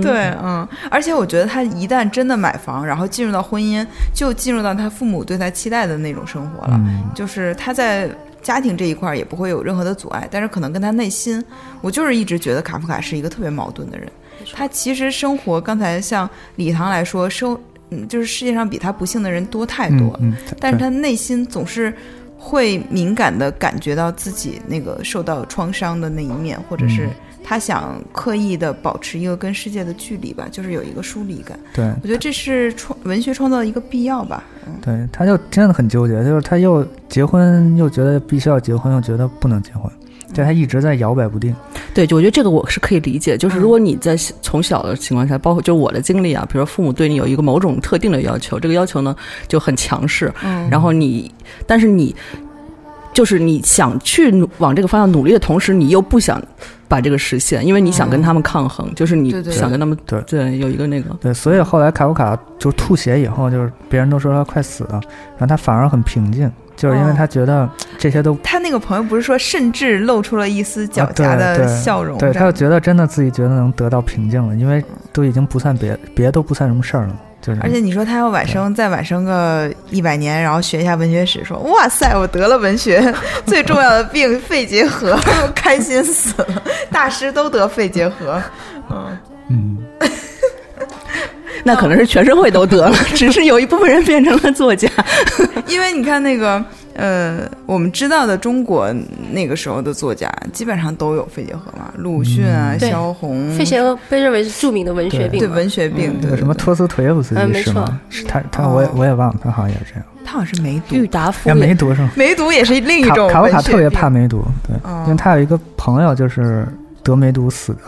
对，嗯，而且我觉得他一旦真的买房，然后进入到婚姻，就进入到他父母对他期待的那种生活了，嗯，就是他在。家庭这一块儿也不会有任何的阻碍，但是可能跟他内心，我就是一直觉得卡夫卡是一个特别矛盾的人。他其实生活，刚才像李唐来说，生嗯，就是世界上比他不幸的人多太多了。嗯，但是对他内心总是会敏感的感觉到自己那个受到创伤的那一面，或者是嗯他想刻意的保持一个跟世界的距离吧，就是有一个疏离感。对我觉得这是创文学创造的一个必要吧。对，他就真的很纠结，就是他又结婚，又觉得必须要结婚，又觉得不能结婚，就他一直在摇摆不定。对，就我觉得这个我是可以理解，嗯就是如果你在小从小的情况下，包括就我的经历啊，比如说父母对你有一个某种特定的要求，这个要求呢就很强势，嗯然后你，但是你就是你想去努往这个方向努力的同时，你又不想把这个实现，因为你想跟他们抗衡，就是你嗯对对对想跟他们对对有一个那个对，所以后来卡夫卡就吐血以后，就是别人都说他快死了，然后他反而很平静，就是因为他觉得这些都，他那个朋友不是说，甚至露出了一丝狡黠啊对的对笑容，对，这他就样觉得真的自己觉得能得到平静了，因为都已经不算别别的都不算什么事儿了，就是而且你说他要晚生，再晚生个一百年，然后学一下文学史，说哇塞，我得了文学 (laughs) 最重要的病肺结核， (laughs) 开心死了，大师都得肺结核，嗯，那可能是全社会都 (laughs) 得了，只是有一部分人变成了作家。因为你看那个，呃，我们知道的中国那个时候的作家，基本上都有肺结核嘛，鲁迅啊、嗯对萧红，肺结核被认为是著名的文学对对病嘛，文学嗯病，那对个什么，托斯托耶夫斯嗯基没是错吗？是他他我也哦我也忘了，他好像也是这样，对他好像是梅毒郁，达夫也哎没读上。梅毒也是另一卡种卡夫文卡学特别病怕梅毒，对，哦嗯因为他有一个朋友就是得梅毒死的，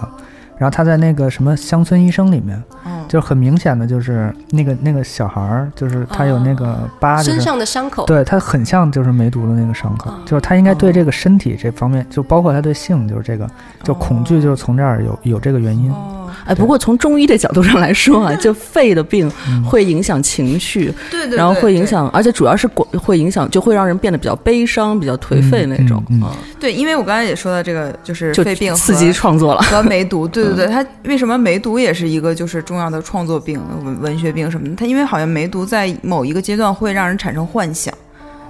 然后他在那个什么乡村医生里面，嗯就是很明显的就是那个那个小孩儿，就是他有那个疤，就身是。上的伤口，对他很像就是梅毒的那个伤口，嗯就是他应该对这个身体这方面，就包括他对性，就是嗯这个，就恐惧就是从这儿有有这个原因。哦，哎，不过从中医的角度上来说啊，就肺的病嗯会影响情绪，对对对，然后会影对。响，而且主要是过会影响，就会让人变得比较悲伤、比较颓废那种。嗯嗯嗯啊对，因为我刚才也说到这个，就是就肺病和刺激创作了。和梅毒，对对对，它为什么梅毒也是一个就是重要的创作病、文文学病什么的？它因为好像梅毒在某一个阶段会让人产生幻想，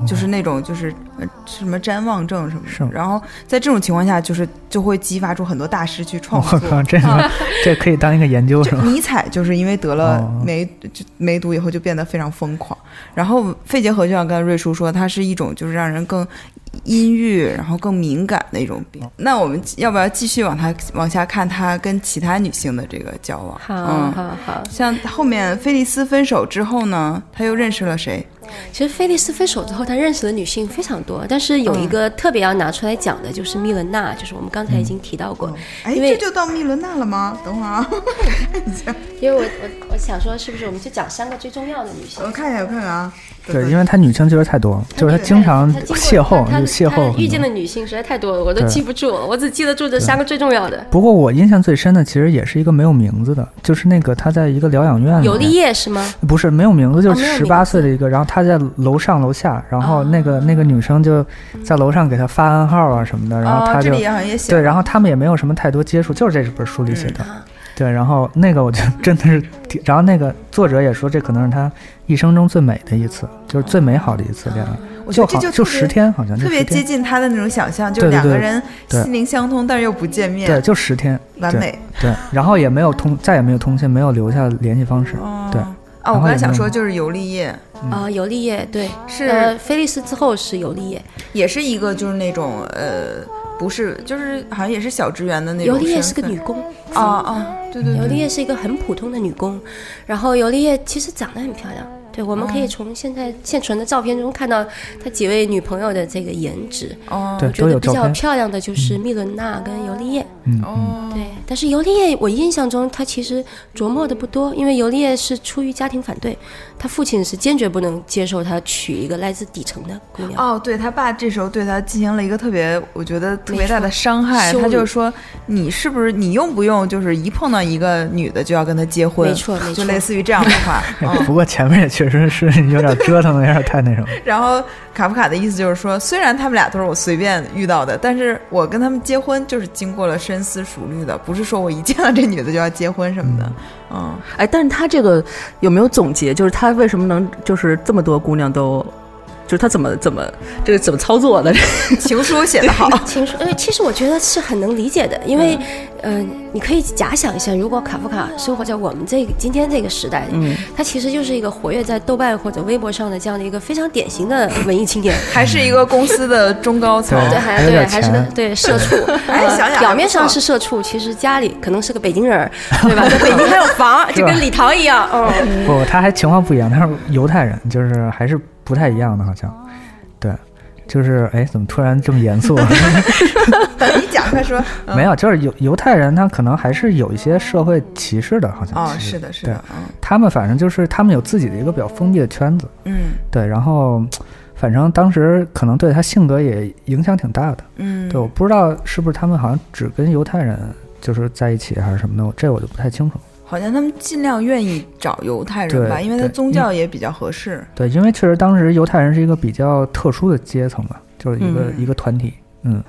就是那种就是呃什么瞻望症什么是的吗。然后在这种情况下，就是就会激发出很多大师去创 (laughs) 我作。靠，这哦个 (laughs) 这可以当一个 (laughs) 研究是就吗？尼采就是因为得了哦梅就梅毒以后就变得非常疯狂，然后肺结核就像刚才瑞叔说，它是一种就是让人更阴郁，然后更敏感的一种哦病。那我们要不要继续往它往下看，它跟其他女性的这个交往？好嗯，好好。像后面菲利斯分手之后呢，他又认识了谁？其实菲利斯分手之后，他认识的女性非常多，但是有一个嗯特别要拿出来讲的，就是密伦娜，就是我们刚才已经提到嗯过，哎，因为这就到密伦娜了吗？等会儿啊， (laughs) 因为我我我想说，是不是我们就讲三个最重要的女性嗯我？看一下，我看看啊。对，因为他女性确实太多了，就是他他经常他经过邂逅，他就他邂他逅很遇多见的女性实在太多了，我都对记不住，我只记得住这三个最重要的。不过我印象最深的其实也是一个没有名字的，就是那个他在一个疗养院里面，尤利叶是吗？不是没有名字，就哦是没有十名八字岁的一个，然后他在楼上楼下，然后哦那个、那个女生就在楼上给他发暗号啊什么的，然哦，后他这就、里也好像也写嗯对，然后他们也没有什么太多接触，就是这本书里写的，对，然后那个我觉得真的是挺，然后那个作者也说这可能是他一生中最美的一次，就是最美好的一次恋爱，我觉得就这好就就特别十天好像就特别10天接近他的那种想象，就对对两个对人对心灵相通，但是又不见面，对，就十天，完对美。对，然后也没有通，再也没有通信，没有留下联系方式，对。啊，我然后刚才有想那说，种就是尤利叶嗯啊，尤利叶对，是呃，菲利斯之后是尤利叶，也是一个，就是那种呃，不是，就是好像也是小职员的那种尤身份。利叶是个女嗯工啊啊，对对尤对，利叶是一个很普通的女工，然后尤利叶其实长得很漂亮。对，我们可哦以从现在现存的照片中看到她几位女朋友的这个颜值。哦对嗯我觉都得有比照较片漂亮的嗯就是密伦娜跟尤利叶。嗯，嗯哦，对，但是尤利叶，我印象中她其实琢磨的不多，因为尤利叶是出于家庭反对，她父亲是坚决不能接受她娶一个来自底层的姑娘。哦，对他爸这时候对他进行了一个特别，我觉得特别大的伤害。羞辱他就是说，你是不是你用不用，就是一碰到一个女的就要跟她结婚，没错没错就类似于这样的 (laughs) 话。嗯不过前面也确实是有点折腾的，有点太那 (laughs) 什么。然后卡夫卡的意思就是说，虽然他们俩都是我随便遇到的，但是我跟他们结婚就是经过了深思熟虑的，不是说我一见到这女的就要结婚什么的。嗯，哎，但是他这个有没有总结？就是他为什么能就是这么多姑娘都，就是他怎么怎么这个怎么操作的？ (laughs) 情书写得好，情书，呃，其实我觉得是很能理解的，因为，嗯呃，你可以假想一下，如果卡夫卡生活在我们这个今天这个时代，嗯，他其实就是一个活跃在豆瓣或者微博上的这样的一个非常典型的文艺青 (laughs) 年，还是一个公司的中高层。对对，还还对，有点还是个钱对社 (laughs) 畜，哎呃想想 (laughs) 表面上还不错是社畜，其实家里可能是个北京人儿，对哎吧？在北京还有 (laughs) 房，就跟是李唐一样，嗯，不，他还情况不一样，他是犹太人，就是还是不太一样的，好哦像。对，就是哎，怎么突然这么 (laughs) 严肃？啊你讲快说，嗯没有，就是犹犹太人，他可能还是有一些社会歧视的，好像。哦，其实是的，是的，嗯他们反正就是他们有自己的一个比较封闭的圈子，嗯，对，然后。反正当时可能对他性格也影响挺大的。嗯，对，我不知道是不是他们好像只跟犹太人就是在一起还是什么的，我这我就不太清楚。好像他们尽量愿意找犹太人吧，对因为他对嗯宗教也比较合适。对，因为确实当时犹太人是一个比较特殊的阶层吧，就是一个、嗯一个团体。嗯，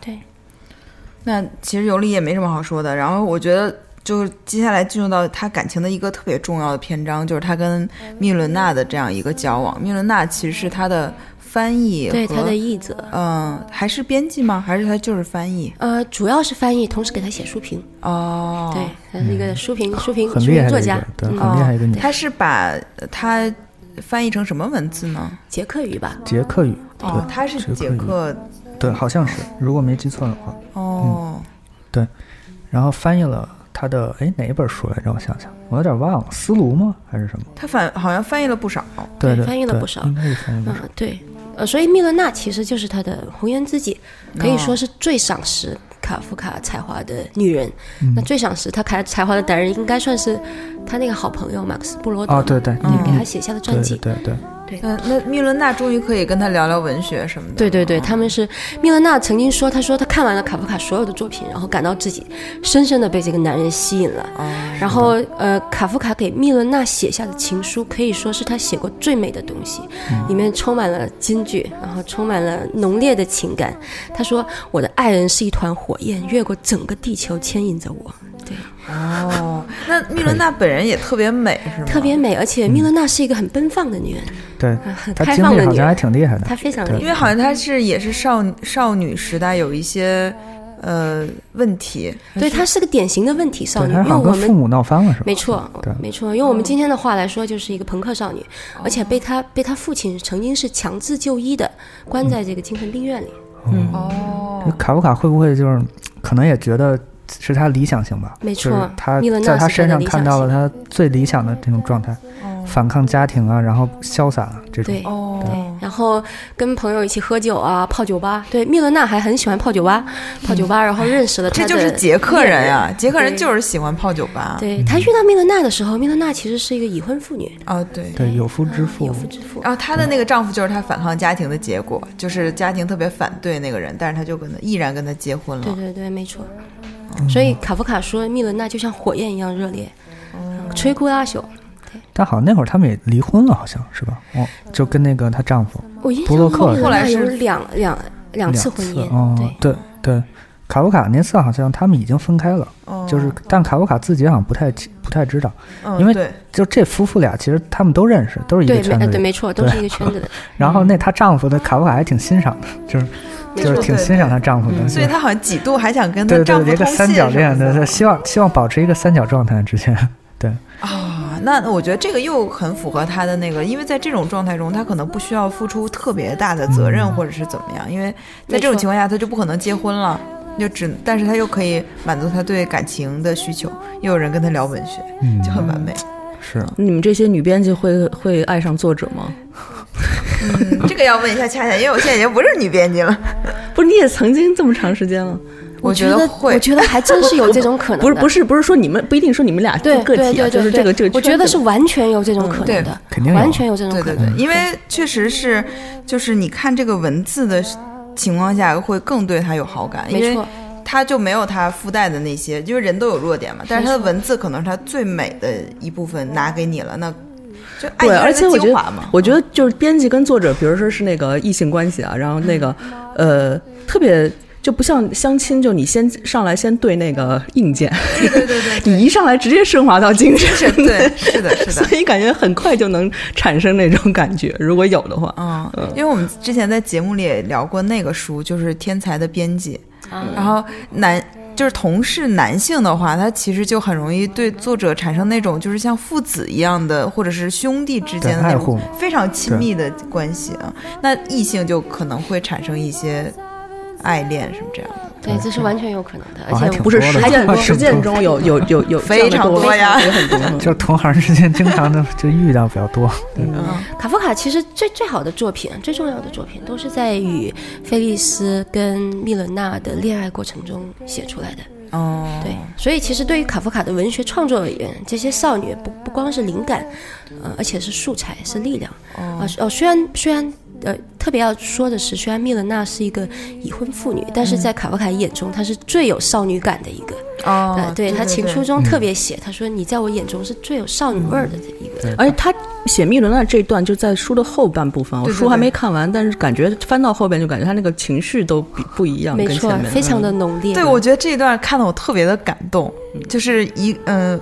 那其实尤里也没什么好说的。然后我觉得，就是接下来进入到他感情的一个特别重要的篇章，就是他跟嗯密伦娜的这样一个交往。密伦娜其实是他的翻译对和他的译者，嗯、还是编辑吗？还是他就是翻译？呃，主要是翻译，同时给他写书评。哦，对，，他是一个书评、书评、嗯很书厉评害的作一家个，，对，很嗯，厉害一个女他是把他翻译成什么文字呢？捷克语吧。捷克语。哦，他是捷捷克语克对，好像是，如果没记错的话。哦。然后翻译了他的哎哪一本书来着？我想想，我有点忘了，《思炉》吗？还是什么？他反好像翻译了不少，对对，翻译了对不少应该是翻译嗯了不少。，对，呃，所以密勒娜其实就是他的红颜知己，可哦以说是最赏识卡夫卡才华的女人。嗯那最赏识他才才华的男人，应该算是他那个好朋友马克思布罗德哦，对对，嗯给他写下的对传记对。对对，那那密伦娜终于可以跟他聊聊文学什么的。对对嗯对，他们是密勒娜曾经说，她说她看完了卡夫卡所有的作品，然后感到自己深深的被这个男人吸引了。哦，然后呃，卡夫卡给密伦娜写下的情书可以说是他写过最美的东西，嗯里面充满了金句，然后充满了浓烈的情感。他说：“我的爱人是一团火焰，越过整个地球牵引着我。”嗯对，哦，那密伦娜本人也特别美，是吗？特别嗯美，而且密伦娜是一个很奔放的女人，对啊很他开经放历的好女像还人，挺厉害的她。非常对厉因害。为好像她是也是少女少女时代有一些呃问题，对，她是个典型的问题少对，女，他因为好像我跟父们。母闹翻了是吧？没错对，没错。用我们今天的话来说，就是一个朋克少女，而且被她被她父亲曾经是强制就医的，关在这个精神病院里。嗯哦这卡夫卡会不会就是可能也觉得是他理想型吧？没就错是他米伦纳在是他他身的上理想看嗯到了他最理想的这种状态，反抗家庭啊，然后潇洒啊这种。对，哦，然后跟朋友一起喝酒啊，泡酒吧。对，密伦娜还很喜欢泡酒吧，泡酒吧，然后认识了他嗯这的就是捷克人啊恋呀、捷克人对就是喜欢泡酒吧。对他遇到密伦娜的时候，密伦娜其实是一个已婚妇女，嗯啊、哦，对。对，有夫之有妇，妇之夫。然后她的那个丈夫就是她反抗家庭的结果，就是家庭特别反对那个人，但是她就跟他毅然跟他结婚对了。对对，没错。所以卡夫卡说，密伦娜就像火焰一样热烈，摧枯拉朽。但好像那会儿他们也离婚了，好像是吧？哦，就跟那个她丈夫我印布象洛中克密伦后来娜是有两两两次婚姻，哦对，对对，卡夫卡那次好像他们已经分开了，哦，就是但卡夫卡自己好像不太清不太知道，嗯，因为对，就这夫妇俩其实他们都认识，都是一个对没圈呃子对里。没错，都是一个圈子的。然后那她丈夫的卡夫卡还挺欣赏的，就是没就是错挺对嗯欣赏她丈夫的，所以她好像几度还想跟她对对丈对夫一个通三信角什么恋的对，对希望希望保持一个三角状态之前，对啊，那我觉得这个又很符合他的那个，因为在这种状态中，他可能不需要付出特别大的责任或者是怎么样，因为在这种嗯没错情况下，他就不可能结婚了，就只，但是他又可以满足他对感情的需求，又有人跟他聊文学，嗯就很完美。是你们这些女编辑会会爱上作者吗？嗯这个要问一下恰恰，因为我现在已经不是女编辑了，不是，你也曾经这么长时间了， (laughs) 我觉得我会，觉得还真是有这种可能 (laughs) 不是的。不是不是说你们不一定说你们俩对个对体啊，对，就是对这个这个圈子里，我觉得是完全有这种可嗯对能的，肯定有完全有这种对可对能对。，因为确实是，就是你看这个文字的情况下，会更对他有好感，因没为错。他就没有他附带的那些，因为人都有弱点嘛。但是他的文字可能是他最美的一部分拿给你了，那就爱对，一个而人且的我觉精华得嘛，。我觉嗯得就是编辑跟作者，比如说是那个异性关系啊，然后那个呃，特别就不像相亲，就你先上来先对那个硬 (laughs) 件，对对对对，你一上来直接升华到精是，神，对，是的，是的。 (laughs) 所以感觉很快就能产生那种感觉，如果有的话。啊嗯，因为我们之前在节目里也聊过那个书，就是《天才的编辑》，啊嗯然后男就是同是男性的话，他其实就很容易对作者产生那种就是像父子一样的，或者是兄弟之间的对那爱护种非常亲密的关系啊。那异性就可能会产生一些爱恋什么这样的。对，这是完全有可能的，而哦还且挺不是多实的践还挺实践多中有有有有非常多呀有很多。嗯就是同行之间经常的就遇到比较多，嗯对卡夫卡其实最最好的作品、最重要的作品，都是在与菲利斯跟密伦娜的恋爱过程中写出来的。哦，对，所以其实对于卡夫卡的文学创作而言，这些少女不不光是灵感，呃，而且是素材，是力量。啊、哦、虽然虽然呃，特别要说的是，虽然米勒娜是一个已婚妇女，但是在卡夫卡眼中，她是最有少女感的一个。哦呃，，对对他情书对中特别写，他说你在我眼中是最有少女味儿的一 (laughs) 个。对而且哎他写密伦娜这一段就在书的后半部分，我对对书还对没看完，但是感觉翻到后边就感觉他那个情绪都比不一样，没嗯跟错前面，非常的浓烈。对，我觉得这一段看的我特别的感动，就是一嗯。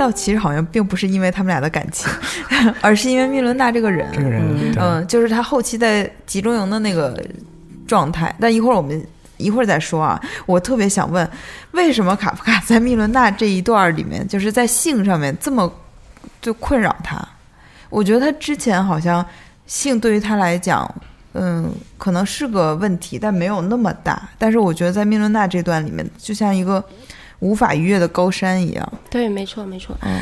但其实好像并不是因为他们俩的感情， (laughs) 而是因为密伦娜这个人。这个人，对嗯，就是他后期在集中营的那个状态。但一会儿我们一会儿再说啊。我特别想问，为什么卡夫卡在密伦娜这一段儿里面，就是在性上面这么就困扰他？我觉得他之前好像性对于他来讲，嗯，可能是个问题，但没有那么大。但是我觉得在密伦娜这段里面，就像一个无法逾越的高山一样。对，没错，没错。嗯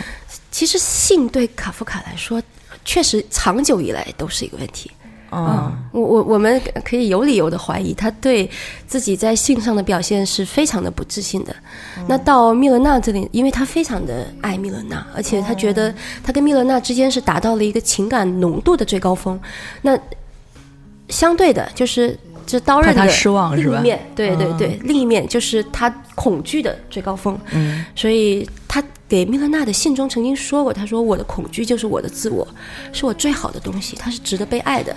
其实性对卡夫卡来说，确实长久以来都是一个问题。啊、我我我们可以有理由的怀疑，他对自己在性上的表现是非常的不自信的。嗯那到密伦娜这里，因为他非常的爱密伦娜，而且他觉嗯得他跟密伦娜之间是达到了一个情感浓度的最高峰。那相对的，就是这刀刃怕的他失望是另吧嗯一面，对对对，另一面就是他恐惧的最高峰。嗯，所以他给米勒娜的信中曾经说过，他说我的恐惧就是我的自我，是我最好的东西，它是值得被爱的。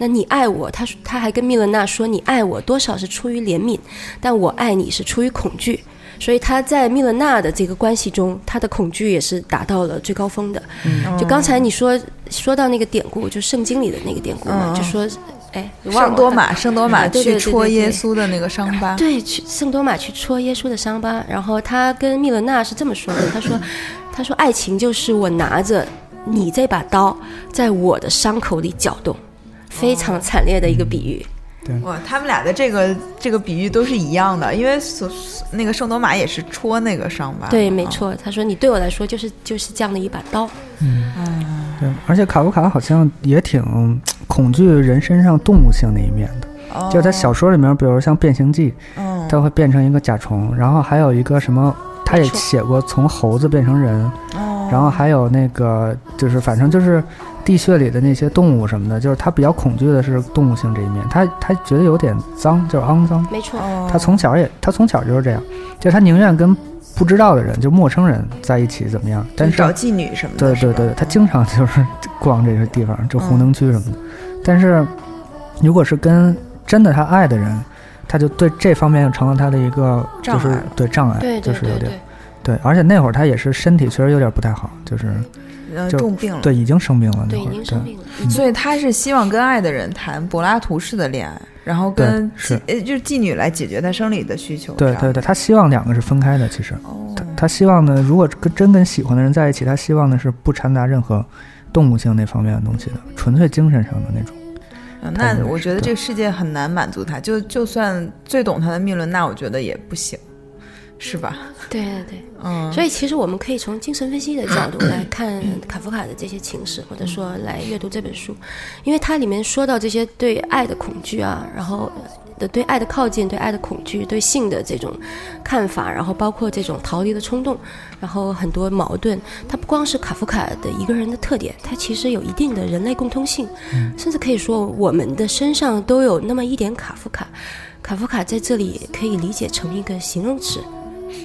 那你爱我，他他还跟米勒娜说，你爱我多少是出于怜悯，但我爱你是出于恐惧。所以他在米勒娜的这个关系中，他的恐惧也是达到了最高峰的。嗯就刚才你说说到那个典故，就圣经里的那个典故嘛，嗯嗯就说，哎，忘圣了多玛，圣多玛哎对对去对对戳对耶稣的那个伤疤。对，去圣多玛去戳耶稣的伤疤。然后他跟密伦娜是这么说 (laughs) 的，他说：“他说爱情就是我拿着你这把刀，在我的伤口里搅动，非常惨烈的一个比喻。哇，他们俩的这个这个比喻都是一样的，因为所那个圣多玛也是戳那个伤疤。对，没。错。他说你对我来说就是就是这样的一把刀。对，而且卡夫卡好像也挺嗯恐惧人身上动物性那一面的，哦、就是他小说里面，比如像《变形记》，嗯它会变成一个甲虫，然后还有一个什么，他也没错写过从猴子变成人，哦然后还有那个就是反正就是地穴里的那些动物什么的，就是他比较恐惧的是动物性这一面，他他觉得有点脏，就是肮脏。没错，哦他从小也他从小就是这样，就是他宁愿跟不知道的人，就陌生人在一起怎么样，但就是找妓女什么的。对是对吧对，他经常就是 (laughs) 逛这些地方，就红灯区什么的。但是，如果是跟真的他爱的人，他就对这方面又成了他的一个就障碍是了对障碍，对就对是有对点对，对。而且那会儿他也是身体确实有点不太好，就是呃，就重病了。对已经生病了嗯那对，会已儿，经对生病了。所以他是希望跟爱的人谈柏拉图式的恋爱，然后跟对是妓呃就是妓女来解决他生理的需求。对是吧对对，他希望两个是分开的，其实哦他他希望呢，如果跟真跟喜欢的人在一起，他希望的是不掺杂任何动物性那方面的东西的，嗯纯粹精神上的那种。嗯他那们我觉得是这个世界很难满足他，就就算最懂他的密伦娜，我觉得也不行，是吧？对对对。嗯，所以，其实我们可以从精神分析的角度来看卡夫卡的这些情史，或者说来阅读这本书，因为它里面说到这些对爱的恐惧啊，然后的对爱的靠近、对爱的恐惧、对性的这种看法，然后包括这种逃离的冲动，然后很多矛盾，它不光是卡夫卡的一个人的特点，它其实有一定的人类共通性，甚至可以说我们的身上都有那么一点卡夫卡。卡夫卡在这里可以理解成一个形容词，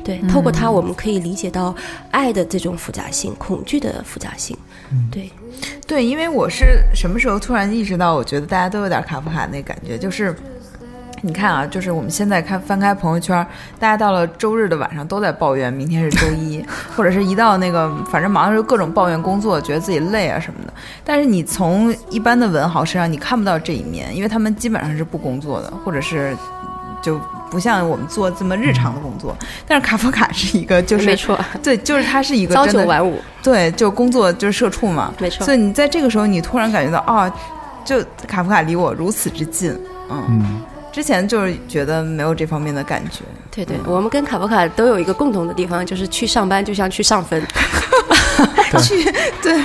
对，透过嗯它我们可以理解到爱的这种复杂性、恐惧的复杂性，嗯对，对，因为我是什么时候突然意识到，我觉得大家都有点卡夫卡那感觉，就是。你看啊，就是我们现在看翻开朋友圈，大家到了周日的晚上都在抱怨明天是周一， (laughs) 或者是一到那个反正忙的时候各种抱怨工作，觉得自己累啊什么的。但是你从一般的文豪身上你看不到这一面，因为他们基本上是不工作的，或者是就不像我们做这么日常的工作。但是卡夫卡是一个，就是没错，对，就是他是一个朝真的九晚五，对，就工作就是社畜嘛，没错所以你在这个时候，你突然感觉到啊，就卡夫卡离我如此之近，嗯，嗯，之前就是觉得没有这方面的感觉，对对，嗯我们跟卡夫卡都有一个共同的地方，就是去上班就像去上 (laughs) 坟，去对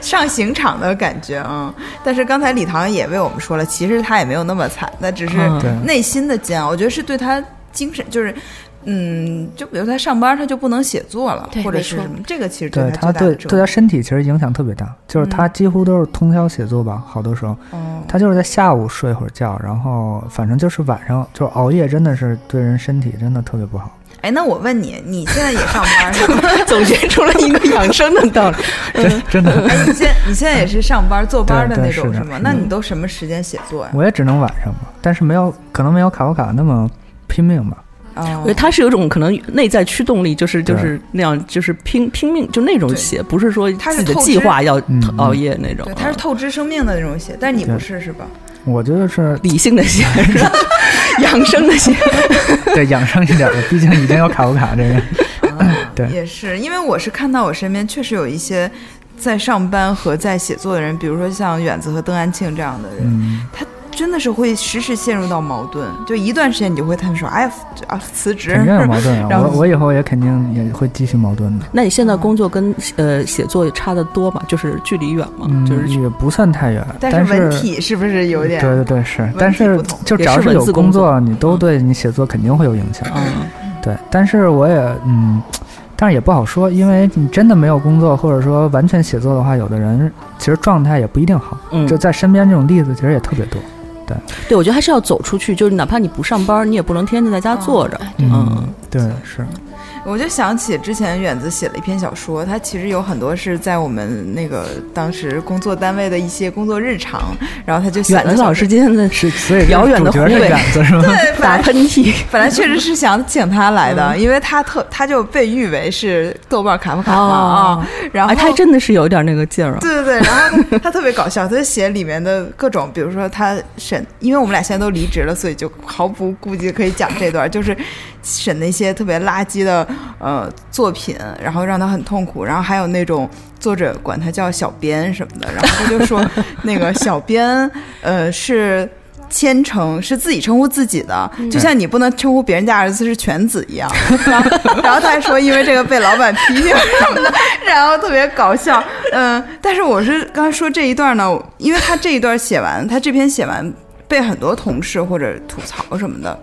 上刑场的感觉啊、嗯。但是刚才李唐也为我们说了，其实他也没有那么惨，那只是嗯对内心的煎熬，我觉得是对他精神就是。嗯，就比如他上班，他就不能写作了，对或者是没错什么，这个其实对他最他大对的对折他磨。身体其实影响特别大，嗯就是他几乎都是通宵写作吧，好多时候哦，他就是在下午睡会儿觉，然后反正就是晚上就是熬夜，真的是对人身体真的特别不好。 (laughs) 哎，那我问你，你现在也上班 (laughs) 是吧？ (laughs) 总结出了一个养生的 (laughs) 道理。真真的，哎，你现你现在也是上班坐班的对对那种是的吗是？的那你都什么时间写作呀？ (laughs) 我也只能晚上吧，但是没有可能没有卡夫卡那么拼命吧。我觉得哦，他是有种可能内在驱动力，就是对就是那样，就是拼拼命就那种对写，不是说他自是己的透计支划要嗯嗯熬夜那种对，啊，他是透支生命的那种写，但是你对不是是吧？我觉得是理性的写，是吧 (laughs) 养生的写， (laughs) 对养生一点的，毕竟已经有卡夫卡这 (laughs) 个。对也是，因为我是看到我身边确实有一些在上班和在写作的人，比如说像远子和邓安庆这样的人，嗯，他真的是会时时陷入到矛盾，就一段时间你就会探索，哎呀，这啊，辞职，肯定有矛盾啊！然后我我以后也肯定也会继续矛盾的。 (laughs) 那你现在工作跟呃写作差的多吗？就是距离远吗？嗯，就是也不算太远， (laughs) 但但是文体是不是有点？对对对是体，但是不同就只也要是是文有字工工作作，你都对你写作肯定会有影响。嗯，对，但是我也嗯，但是也不好说，因为你真的没有工作，或者说完全写作的话，有的人其实状态也不一定好。嗯就在身边这种例子其实也特别多。对，我觉得还是要走出去，就是哪怕你不上班，你也不能天天在家坐哦着。哎嗯，对，是，我就想起之前远子写了一篇小说，他其实有很多是在我们那个当时工作单位的一些工作日常，然后他就写远了的小老师今天的是所以遥远主的角是湖北远 (laughs) 子是吗？对，打反喷 (laughs) 嚏，本来确实是想请他来嗯的，因为他特他就被誉为是豆瓣卡夫卡嘛哦啊，然后 (laughs) 哎，他还真的是有一点那个劲儿啊。对对对，然后他他特别搞笑，他就写里面的各种，比如说他审，因为我们俩现在都离职了，所以就毫不顾忌可以讲这段，就是审那些特别垃圾的呃作品，然后让他很痛苦，然后还有那种作者管他叫小编什么的，然后他就说那个小编呃是。谦称是自己称呼自己的，就像你不能称呼别人家儿子是犬子一样。然后，然后他还说，因为这个被老板批评什么的，然后特别搞笑。嗯、但是我是刚才说这一段呢，我因为他这一段写完，他这篇写完被很多同事或者吐槽什么的。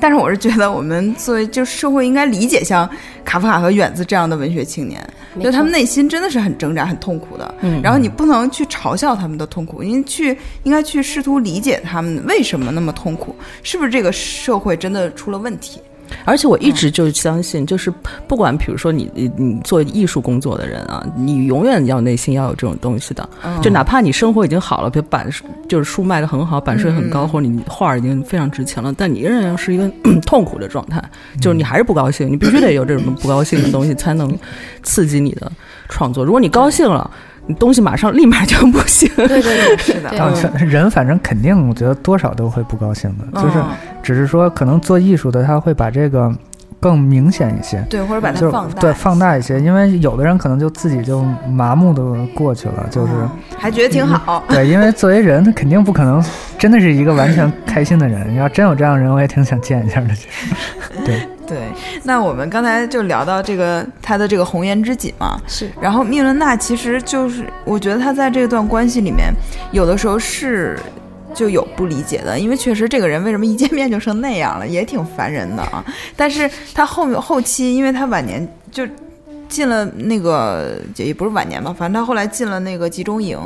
但是我是觉得，我们作为就社会应该理解像卡夫卡和远子这样的文学青年，没就他错们内心真的是很挣扎、很痛苦的。嗯然后你不能去嘲笑他们的痛苦，因为去应该去试图理解他们为什么那么痛苦，是不是这个社会真的出了问题？而且我一嗯直就是相信，就是不管比如说你你你做艺术工作的人啊，你永远要内心要有这种东西的。嗯就哪怕你生活已经好了，比如版就是书卖的很好，版税很嗯高，或者你画儿已经非常值钱了，但你仍然是一个 (clears throat) 痛苦的状态，嗯就是你还是不高兴，你必须得有这种不高兴的东西才 (clears throat) 能刺激你的创作。如果你高兴了，你东西马上立马就不行。对对对，是的对嗯但我觉得 (laughs) 人反正肯定，我觉得多少都会不高兴的，就是嗯只是说可能做艺术的他会把这个更明显一些。对，或者把它就放大，对放大一些，因为有的人可能就自己就麻木的过去了，就是、嗯还觉得挺好。 (laughs) 对，因为作为人，他肯定不可能真的是一个完全开心的人。要真有这样的人，我也挺想见一下的。其实，对，对，那我们刚才就聊到这个他的这个红颜知己嘛，是然后密伦娜其实就是，我觉得她在这段关系里面，有的时候是就有不理解的，因为确实这个人为什么一见面就成那样了，也挺烦人的啊。但是她后后期，因为她晚年就进了那个也不是晚年吧，反正她后来进了那个集中营，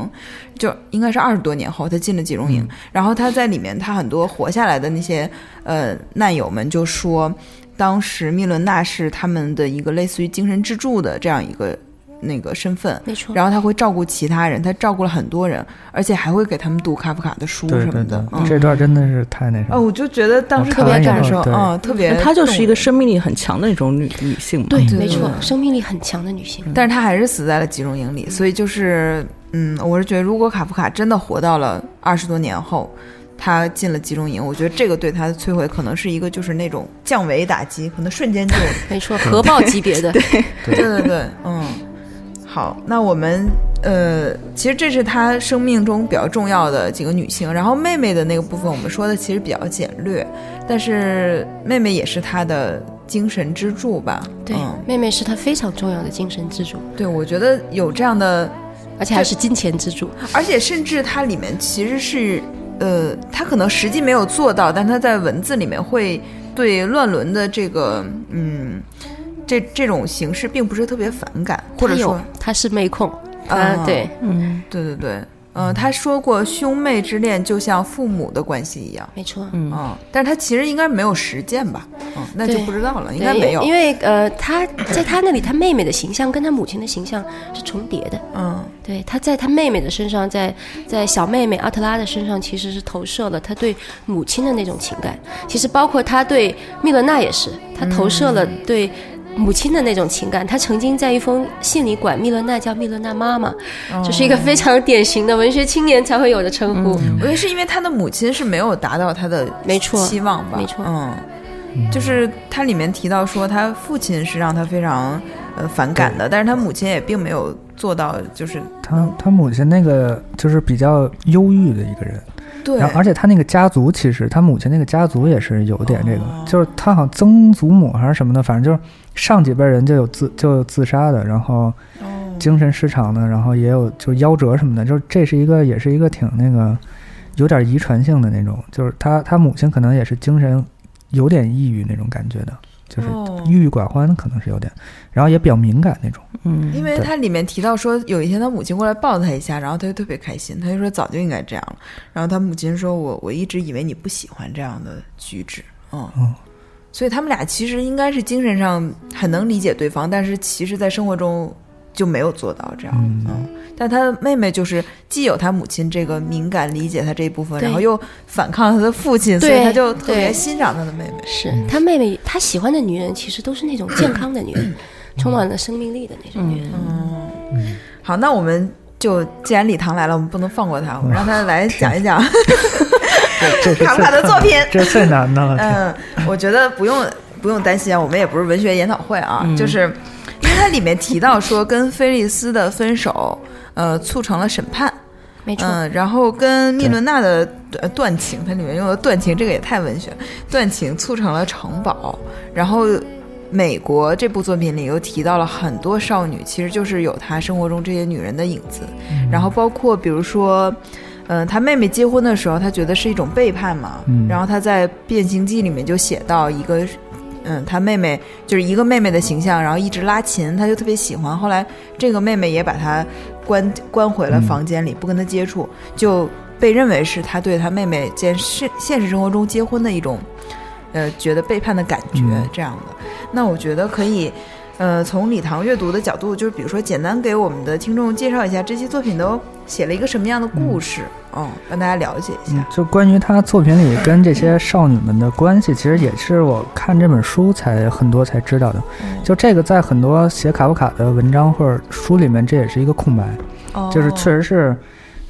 就应该是二十多年后她进了集中营，然后她在里面，她很多活下来的那些呃难友们就说。当时密伦娜是他们的一个类似于精神支柱的这样一个那个身份，没错。然后他会照顾其他人，他照顾了很多人，而且还会给他们读卡夫卡的书什么的。嗯，这段真的是太那什哦，么。我就觉得当时特别感受，我看完以嗯，特别动人。她就是一个生命力很强的那种女女性嘛。对，对没错嗯对，嗯生命力很强的女性。但是他还是死在了集中营里，所以就是，嗯，我是觉得如果卡夫卡真的活到了二十多年后。他进了集中营，我觉得这个对他的摧毁可能是一个就是那种降维打击，可能瞬间就没错，核爆级别的，嗯 (laughs) 对对对，嗯，好，那我们呃，其实这是她生命中比较重要的几个女性，然后妹妹的那个部分我们说的其实比较简略，但是妹妹也是她的精神支柱吧？对嗯，妹妹是她非常重要的精神支柱，对，我觉得有这样的，而且还是金钱支柱。而且甚至它里面其实是呃，她可能实际没有做到，但她在文字里面会对乱伦的这个嗯。这这种形式并不是特别反感，或者他有说，他是妹控，啊他对嗯对对对，嗯、他说过兄妹之恋就像父母的关系一样，没错，嗯、但是他其实应该没有实践吧，嗯，那就对不知道了，应对该没有，因为呃，他在他那里，他妹妹的形象跟他母亲的形象是重叠的。嗯对，他在他妹妹的身上，在在小妹妹阿特拉的身上，其实是投射了他对母亲的那种情感。其实包括他对密伦娜也是，他投射了对母亲的那种情感。他曾经在一封信里管密伦娜叫密伦娜妈妈，哦这是一个非常典型的文学青年才会有的称呼。我觉得是因为他的母亲是没有达到他的没错期望吧，没错嗯，就是他里面提到说他父亲是让他非常呃反感的，但是他母亲也并没有做到，就是他他母亲那个就是比较忧郁的一个人，对然后而且他那个家族其实他母亲那个家族也是有点这个，哦就是他好像曾祖母还是什么的，反正就是上几辈人就有自就有自杀的，然后嗯哦精神失常的，然后也有就夭折什么的，就是这是一个也是一个挺那个有点遗传性的那种，就是他他母亲可能也是精神有点抑郁那种感觉的，就是哦郁郁寡欢可能是有点，然后也比较敏感那种。嗯因为对他里面提到说，有一天他母亲过来抱他一下，然后他就特别开心，他就说早就应该这样了。然后他母亲说我我一直以为你不喜欢这样的举止，嗯，嗯所以他们俩其实应该是精神上很能理解对方，但是其实在生活中就没有做到这样，嗯。但他妹妹就是既有他母亲这个敏感理解他这一部分，对然后又反抗他的父亲，所以对他就特别对欣赏他的妹妹。是他妹妹，他喜欢的女人其实都是那种健康的女 (laughs) 人，充满了生命力的那种女人。嗯好，那我们就既然李唐来了，我们不能放过他，我们让他 (laughs) 来讲一讲。这 (laughs) 是卡夫卡的最作品这是最难 (laughs) 的了。天嗯，我觉得不用不用担心啊，我们也不是文学研讨会啊，嗯就是因为它里面提到说跟菲利斯的分手，呃，促成了审判，没错，嗯，然后跟密伦娜的呃断情，它里面用的断情这个也太文学了，断情促成了城堡，然后。美国这部作品里又提到了很多少女，其实就是有她生活中这些女人的影子，然后包括比如说，嗯、她妹妹结婚的时候，她觉得是一种背叛嘛，嗯然后她在《变形记》里面就写到一个，嗯，她妹妹就是一个妹妹的形象，然后一直拉琴，她就特别喜欢，后来这个妹妹也把她关关回了房间里，不跟她接触，就被认为是她对她妹妹现实现实生活中结婚的一种，呃，觉得背叛的感觉、嗯这样的。那我觉得可以，呃，从礼堂阅读的角度，就是比如说简单给我们的听众介绍一下这些作品都写了一个什么样的故事，嗯，让大家了解一嗯下。，就关于他作品里跟这些少女们的关系，其实也是我看这本书才很多才知道的。嗯就这个，在很多写卡夫卡的文章或者书里面，这也是一个空白。哦就是确实是，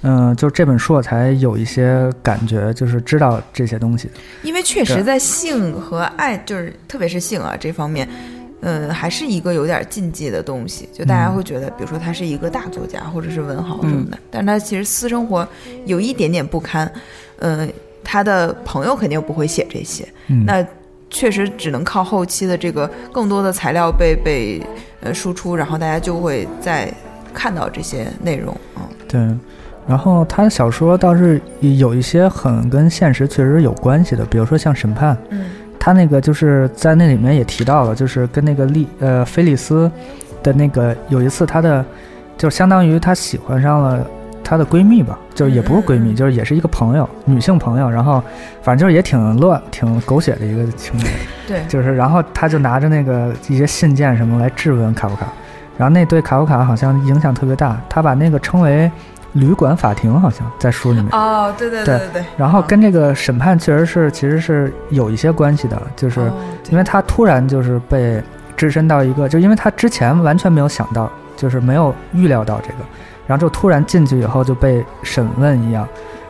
嗯、就这本书我才有一些感觉，就是知道这些东西。因为确实对在性和爱，就是特别是性啊这方面，嗯，还是一个有点禁忌的东西。就大家会觉得，比如说他是一个大作家或者是文豪什么嗯的，但是他其实私生活有一点点不堪，嗯，他的朋友肯定不会写这些，嗯，那确实只能靠后期的这个更多的材料被被呃输出，然后大家就会再看到这些内容啊。对，然后他的小说倒是有一些很跟现实确实有关系的，比如说像《审判》，嗯，他那个就是在那里面也提到了，就是跟那个利呃菲利斯的那个有一次他的，就相当于他喜欢上了。她的闺蜜吧，就是也不是闺嗯嗯蜜，嗯就是也是一个朋友，女性朋友。然后，反正就是也挺乱、挺狗血的一个情节。对， (laughs) 就是，然后他就拿着那个一些信件什么来质问卡夫卡，然后那对卡夫卡好像影响特别大，他把那个称为旅馆法庭，好像在书里面。哦，对对对对对对，然后跟这个审判确实是其实是有一些关系的，就是哦因为他突然就是被置身到一个，就因为他之前完全没有想到，就是没有预料到这个，然后就突然进去以后就被审问一样，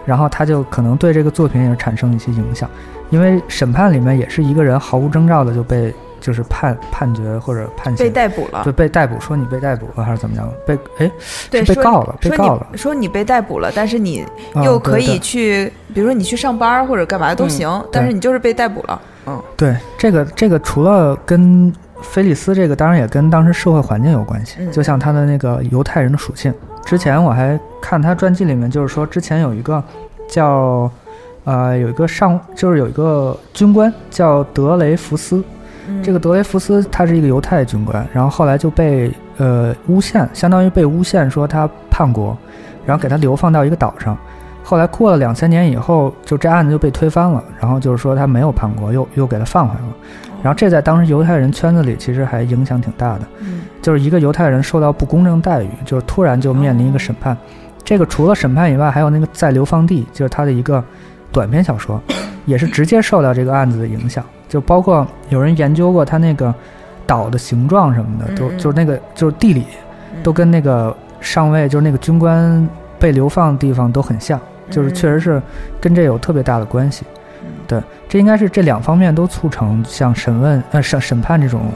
然后他就可能对这个作品也是产生一些影响，因为审判里面也是一个人毫无征兆的就被就是判判决或者判被刑，逮捕了对，被逮捕，说你被逮捕了还是怎么样，被哎对，是被说告了，被说告了，你说你被逮捕了，但是你嗯又可对对以去，比如说你去上班或者干嘛都行，但是你就是被逮捕了。嗯，对，这个这个除了跟菲利斯这个，当然也跟当时社会环境有关系，嗯就像他的那个犹太人的属性。之前我还看他传记里面，就是说之前有一个叫呃，有一个上就是有一个军官叫德雷福斯，嗯这个德雷福斯他是一个犹太军官，然后后来就被呃诬陷，相当于被诬陷说他叛国，然后给他流放到一个岛上。后来过了两三年以后，就这案子就被推翻了，然后就是说他没有叛国，又又给他放回来了。然后这在当时犹太人圈子里其实还影响挺大的，嗯就是一个犹太人受到不公正待遇，就是突然就面临一个审判。这个除了审判以外，还有那个在流放地，就是他的一个短篇小说，也是直接受到这个案子的影响。就包括有人研究过他那个岛的形状什么的，都嗯嗯就是那个就是地理都跟那个上尉，就是那个军官被流放的地方都很像，嗯就是确实是跟这有特别大的关系。对，这应该是这两方面都促成像审问呃审审判这种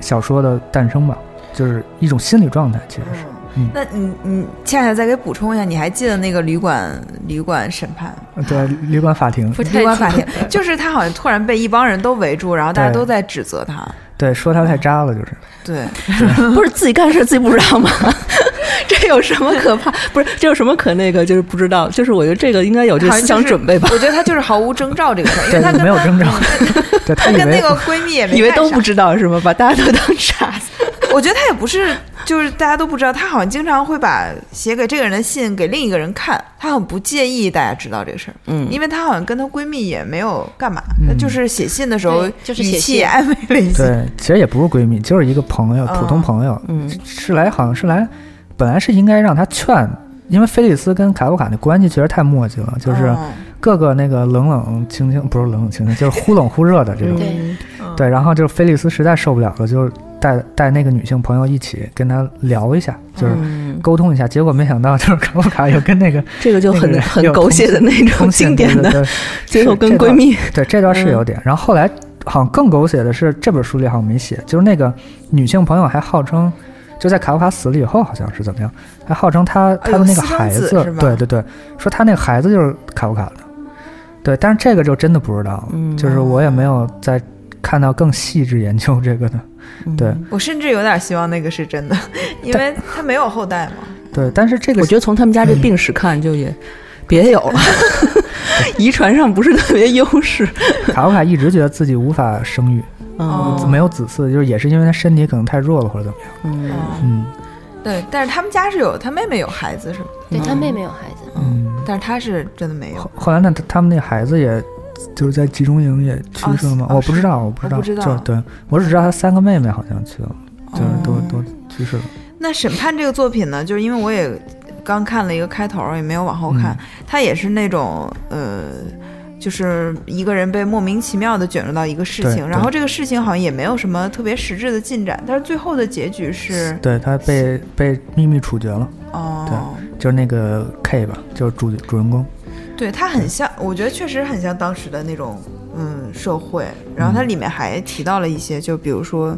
小说的诞生吧，就是一种心理状态，其实是。嗯那你你恰恰再给补充一下，你还记得那个旅馆旅馆审判对，旅馆法庭，旅馆法庭， (laughs) 就是他好像突然被一帮人都围住，然后大家都在指责他。对，说他太渣了，就是。对，不是自己干事自己不知道 (laughs) 吗？这有什么可怕？不是这有什么可那个？就是不知道，就是我觉得这个应该有这个好像思就想是准备吧，我觉得他就是毫无征兆这个事儿，因为 (laughs) 对他跟没有他征兆对他他以跟那为个闺蜜也没以为干都啥不知道是吗？把大家都当傻子。 (laughs) 我觉得他也不是，就是大家都不知道，他好像经常会把写给这个人的信给另一个人看，他很不介意大家知道这个事儿，嗯因为他好像跟她闺蜜也没有干嘛，那就是写信的时候对就是语写气信安慰了一下，对，其实也不是闺蜜，就是一个朋友，普通朋友。嗯是来好像是来，本来是应该让他劝，因为菲利斯跟卡夫卡那关系确实太墨迹了，就是嗯各个那个冷冷清清，不是冷冷清 (laughs) 清，就是忽冷忽热的这种。对，嗯对，然后就是菲利斯实在受不了了，就是带带那个女性朋友一起跟他聊一下，就是嗯，沟通一下。结果没想到就是 (laughs) 卡夫卡又跟那个这个就那个很人很有狗同血的那种通信经典对的，对结果是跟这闺段蜜对，这段是嗯有点。然后后来好像更狗血的是，这本书里好像没写，就是那个女性朋友还号称，就在卡夫卡死了以后，好像是怎么样，还号称她她的那个孩哎有私子生子是，吧对对对，说她那个孩子就是卡夫卡的，对，但是这个就真的不知道了，嗯就是我也没有再看到更细致研究这个的，对、我甚至有点希望那个是真的，因为他没有后代嘛，对，但是这个我觉得从他们家这病史看，就也别 (laughs) 有了，遗传上不是特别优势。卡夫卡一直觉得自己无法生育，嗯哦没有子嗣，就是也是因为他身体可能太弱了或者怎么嗯，样，嗯，嗯对，但是他们家是有他妹妹有孩子是吗？对他妹妹有孩子，嗯。但是他是真的没有后，后来那他他们那孩子也就是在集中营也去世了吗？哦我是不知道，我不知道，我不知道就是对我只知道他三个妹妹好像去了，就是都、哦都去世了。那审判这个作品呢，就是因为我也刚看了一个开头，也没有往后嗯看，它也是那种呃，就是一个人被莫名其妙的卷入到一个事对情，对然后这个事情好像也没有什么特别实质的进展，但是最后的结局是对他被被秘密处决了，哦，就是那个 K 吧，就是主主人公。对，它很像，我觉得确实很像当时的那种嗯社会，然嗯后它里面还提到了一些，就比如说。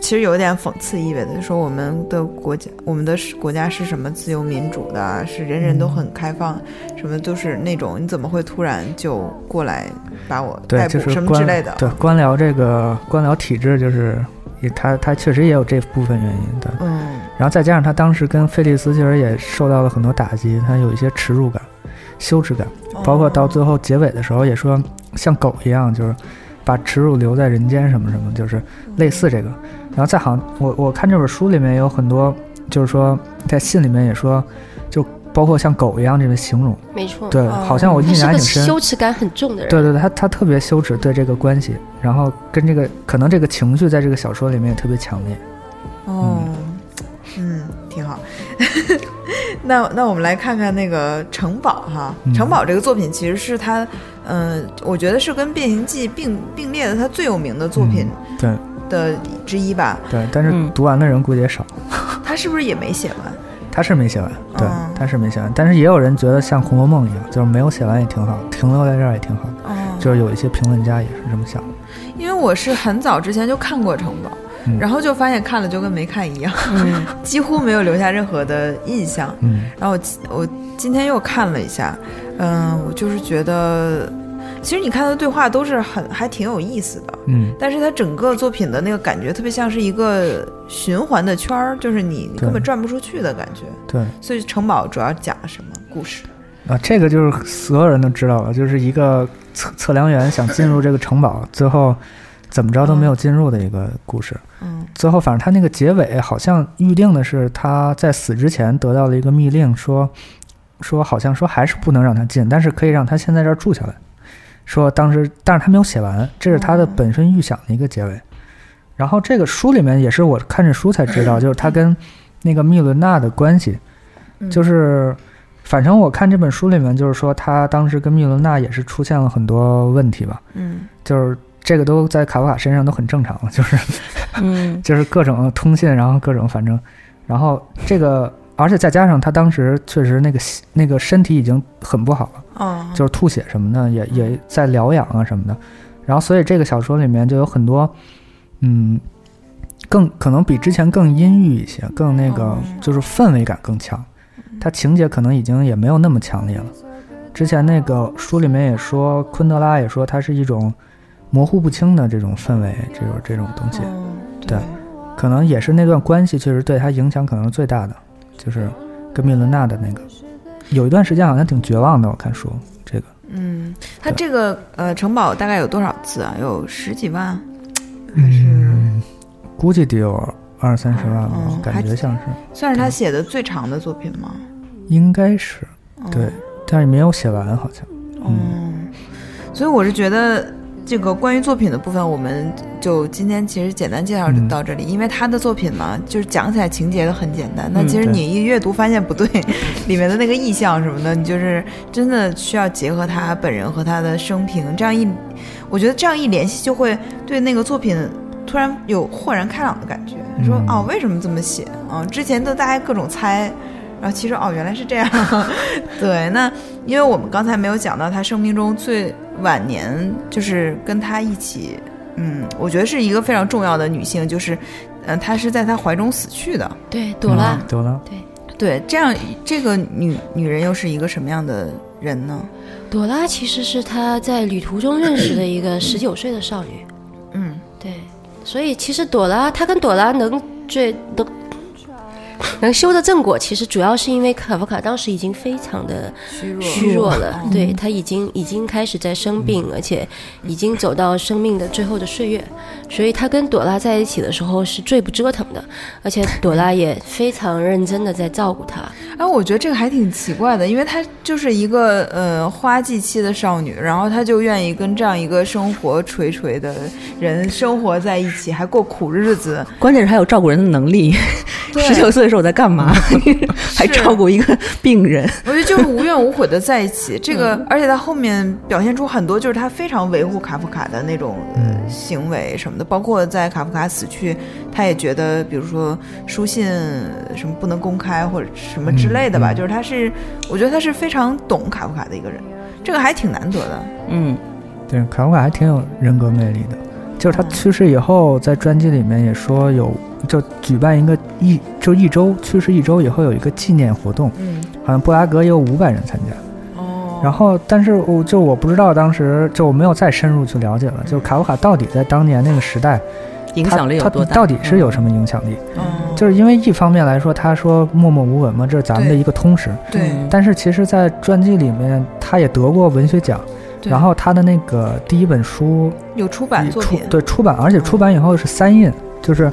其实有点讽刺意味的，就说我们的国家，我们的是国家是什么自由民主的啊，是人嗯人都很开放，什么都是那种，你怎么会突然就过来把我对，逮捕、就是什么官之类的？对，官僚这个官僚体制就是也他他确实也有这部分原因对，嗯，然后再加上他当时跟菲利斯其实也受到了很多打击，他有一些耻辱感、羞耻感。哦包括到最后结尾的时候也说像狗一样，就是把耻辱留在人间什么什么，就是类似这个。然后再好像，我我看这本书里面有很多，就是说在信里面也说，就包括像狗一样这个形容，没错，对，哦好像我他印是象还个挺深。羞耻感很重的人。对对对，他他特别羞耻对这个关系，然后跟这个可能这个情绪在这个小说里面也特别强烈。哦，嗯，挺好。 (laughs) 那那我们来看看那个《城堡》哈，嗯城堡》这个作品其实是他，嗯、我觉得是跟《变形记》并并列的他最有名的作品嗯对的之一吧。对，但是嗯读完的人估计也少，他是不是也没写完？他是没写完，对哦，他是没写完，但是也有人觉得像《红楼梦》一样，就是没有写完也挺好，停留在这儿也挺好。哦，就是有一些评论家也是这么想的。因为我是很早之前就看过《城堡》嗯然后就发现看了就跟没看一样，几乎没有留下任何的印象。嗯，然后我今我今天又看了一下，嗯，我就是觉得，其实你看他的对话都是很还挺有意思的，嗯，但是他整个作品的那个感觉特别像是一个循环的圈儿，就是你对根本转不出去的感觉。对，所以城堡主要讲了什么故事？啊，这个就是所有人都知道了，就是一个测测量员想进入这个城堡，最后怎么着都没有进入的一个故事。嗯最后，反正他那个结尾好像预定的是他在死之前得到了一个密令，说说好像说还是不能让他进，但是可以让他先在这儿住下来。说当时，但是他没有写完，这是他的本身预想的一个结尾。然后这个书里面也是我看这书才知道，就是他跟那个密伦娜的关系，嗯就是反正我看这本书里面就是说他当时跟密伦娜也是出现了很多问题吧，嗯就是这个都在卡夫卡身上都很正常，就是嗯就是各种通信，然后各种反正，然后这个，而且再加上他当时确实那个心那个身体已经很不好了，哦，就是吐血什么的，也也在疗养啊什么的，然后所以这个小说里面就有很多，嗯，更可能比之前更阴郁一些，更那个哦就是氛围感更强，它情节可能已经也没有那么强烈了。之前那个书里面也说，昆德拉也说它是一种模糊不清的这种氛围，这种这种东西。哦对可能也是那段关系确实对他影响可能是最大的，就是跟密伦娜的那个，有一段时间好像挺绝望的。我看书这个嗯，它对这个呃城堡大概有多少字啊？有十几万，还是嗯估计得有二三十万吧，哦嗯感觉像是，算是他写的最长的作品吗？应该是哦嗯对，但是没有写完好像。嗯，所以我是觉得这个关于作品的部分，我们就今天其实简单介绍嗯到这里，因为他的作品嘛，就是讲起来情节都很简单，那嗯其实对你一阅读发现不对，里面的那个意象什么的，你就是真的需要结合他本人和他的生平，这样一，我觉得这样一联系，就会对那个作品。突然有豁然开朗的感觉，你说嗯哦，为什么这么写？啊，之前都大家各种猜，然后其实哦，原来是这 (laughs) 样。对，那因为我们刚才没有讲到他生命中最晚年，就是跟他一起，嗯，我觉得是一个非常重要的女性，就是，嗯、她是在他怀中死去的。对，朵拉嗯，朵拉，对，这样这个女女人又是一个什么样的人呢？朵拉其实是他在旅途中认识的一个十九岁的少女，嗯，对，所以其实朵拉，她跟朵拉能最能能修的正果，其实主要是因为卡夫卡当时已经非常的虚弱虚弱了，对他已经已经开始在生病，而且已经走到生命的最后的岁月，所以他跟朵拉在一起的时候是最不折腾的，而且朵拉也非常认真的在照顾他，哎，我觉得这个还挺奇怪的，因为她就是一个呃花季期的少女，然后她就愿意跟这样一个生活垂垂的人生活在一起，还过苦日子。关键是还有照顾人的能力。对十九岁的时候我在干 (laughs) 嘛？还照顾一个病人。我觉得就是无怨无悔的在一起，这嗯个，而且他后面表现出很多就是他非常维护卡夫卡的那种嗯呃行为什么的，包括在卡夫卡死去，他也觉得，比如说书信什么不能公开或者什么之类的吧，嗯嗯就是他是，我觉得他是非常懂卡夫卡的一个人，这个还挺难得的。嗯，对，卡夫卡还挺有人格魅力的。就是他去世以后，在专辑里面也说有，就举办一个一就一周去世一周以后有一个纪念活动，嗯，好像布拉格也有五百人参加。哦然后，但是我就我不知道当时就我没有再深入去了解了，就是卡夫卡到底在当年那个时代影响力有他多他大？到底是有什么影响力？嗯，就是因为一方面来说，他说默默无闻嘛，这是咱们的一个通识。对，但是其实，在传记里面，他也得过文学奖，对然后他的那个第一本书有出版作出品，对出版，而且出版以后是三印，就是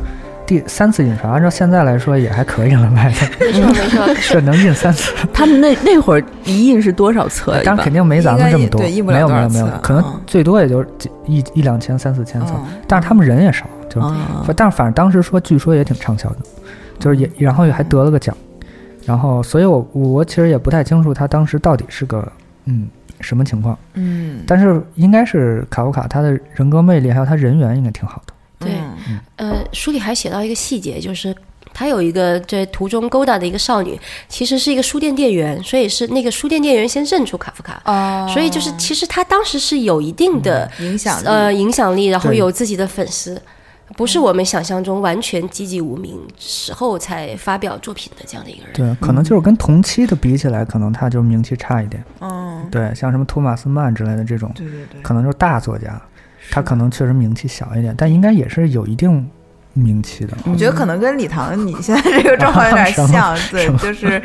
第三次印刷，按照现在来说也还可以了，卖的没错没错，是能印三次，嗯他们那那会儿一印是多少册呀？一但般肯定没咱们这么多，应该也对印不了没有多没少有没有册啊，可能最多也就几一一两千三四千册，哦嗯，但是他们人也少，就啊，但是反正当时说，据说也挺畅销的，就是嗯也然后也还得了个奖，然后所以我我其实也不太清楚他当时到底是个嗯什么情况，嗯，但是应该是卡夫卡他的人格魅力还有他人缘应该挺好的，对。嗯呃，书里还写到一个细节，就是他有一个在途中勾搭的一个少女，其实是一个书店店员，所以是那个书店店员先认出卡夫卡，哦，嗯所以就是其实他当时是有一定的、影响力呃影响力，然后对有自己的粉丝。不是我们想象中完全籍籍无名时候才发表作品的这样的一个人，对，可能就是跟同期的比起来，可能他就名气差一点，嗯，对，像什么托马斯曼之类的这种，对对对，可能就是大作家，他可能确实名气小一点，但应该也是有一定名气的。我觉得可能跟李唐你现在这个状况有点像，对，就是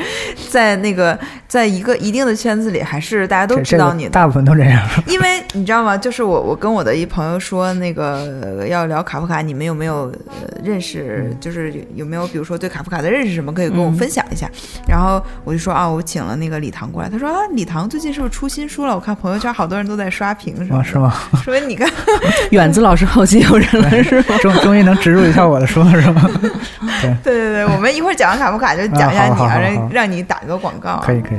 在那个在一个一定的圈子里，还是大家都这知这道个你的。大部分都这样。因为你知道吗？就是我，我跟我的一朋友说，那个呃要聊卡夫卡，你们有没有呃认识？嗯就是有有没有，比如说对卡夫卡的认识什么，可以跟我分享一下？嗯然后我就说啊，我请了那个李唐过来。他说啊，李唐最近是不是出新书了？我看朋友圈好多人都在刷屏什啊，么 (laughs) 是 (laughs) 吗？哎的，说明你看远子老师后期有人 (laughs) 了是吗？终终于能植入一下我的说了， (laughs) 是吗？对对对，我们一会儿讲完卡夫卡就讲一下啊你好好啊，好好让让你打个广告啊。可以，可以。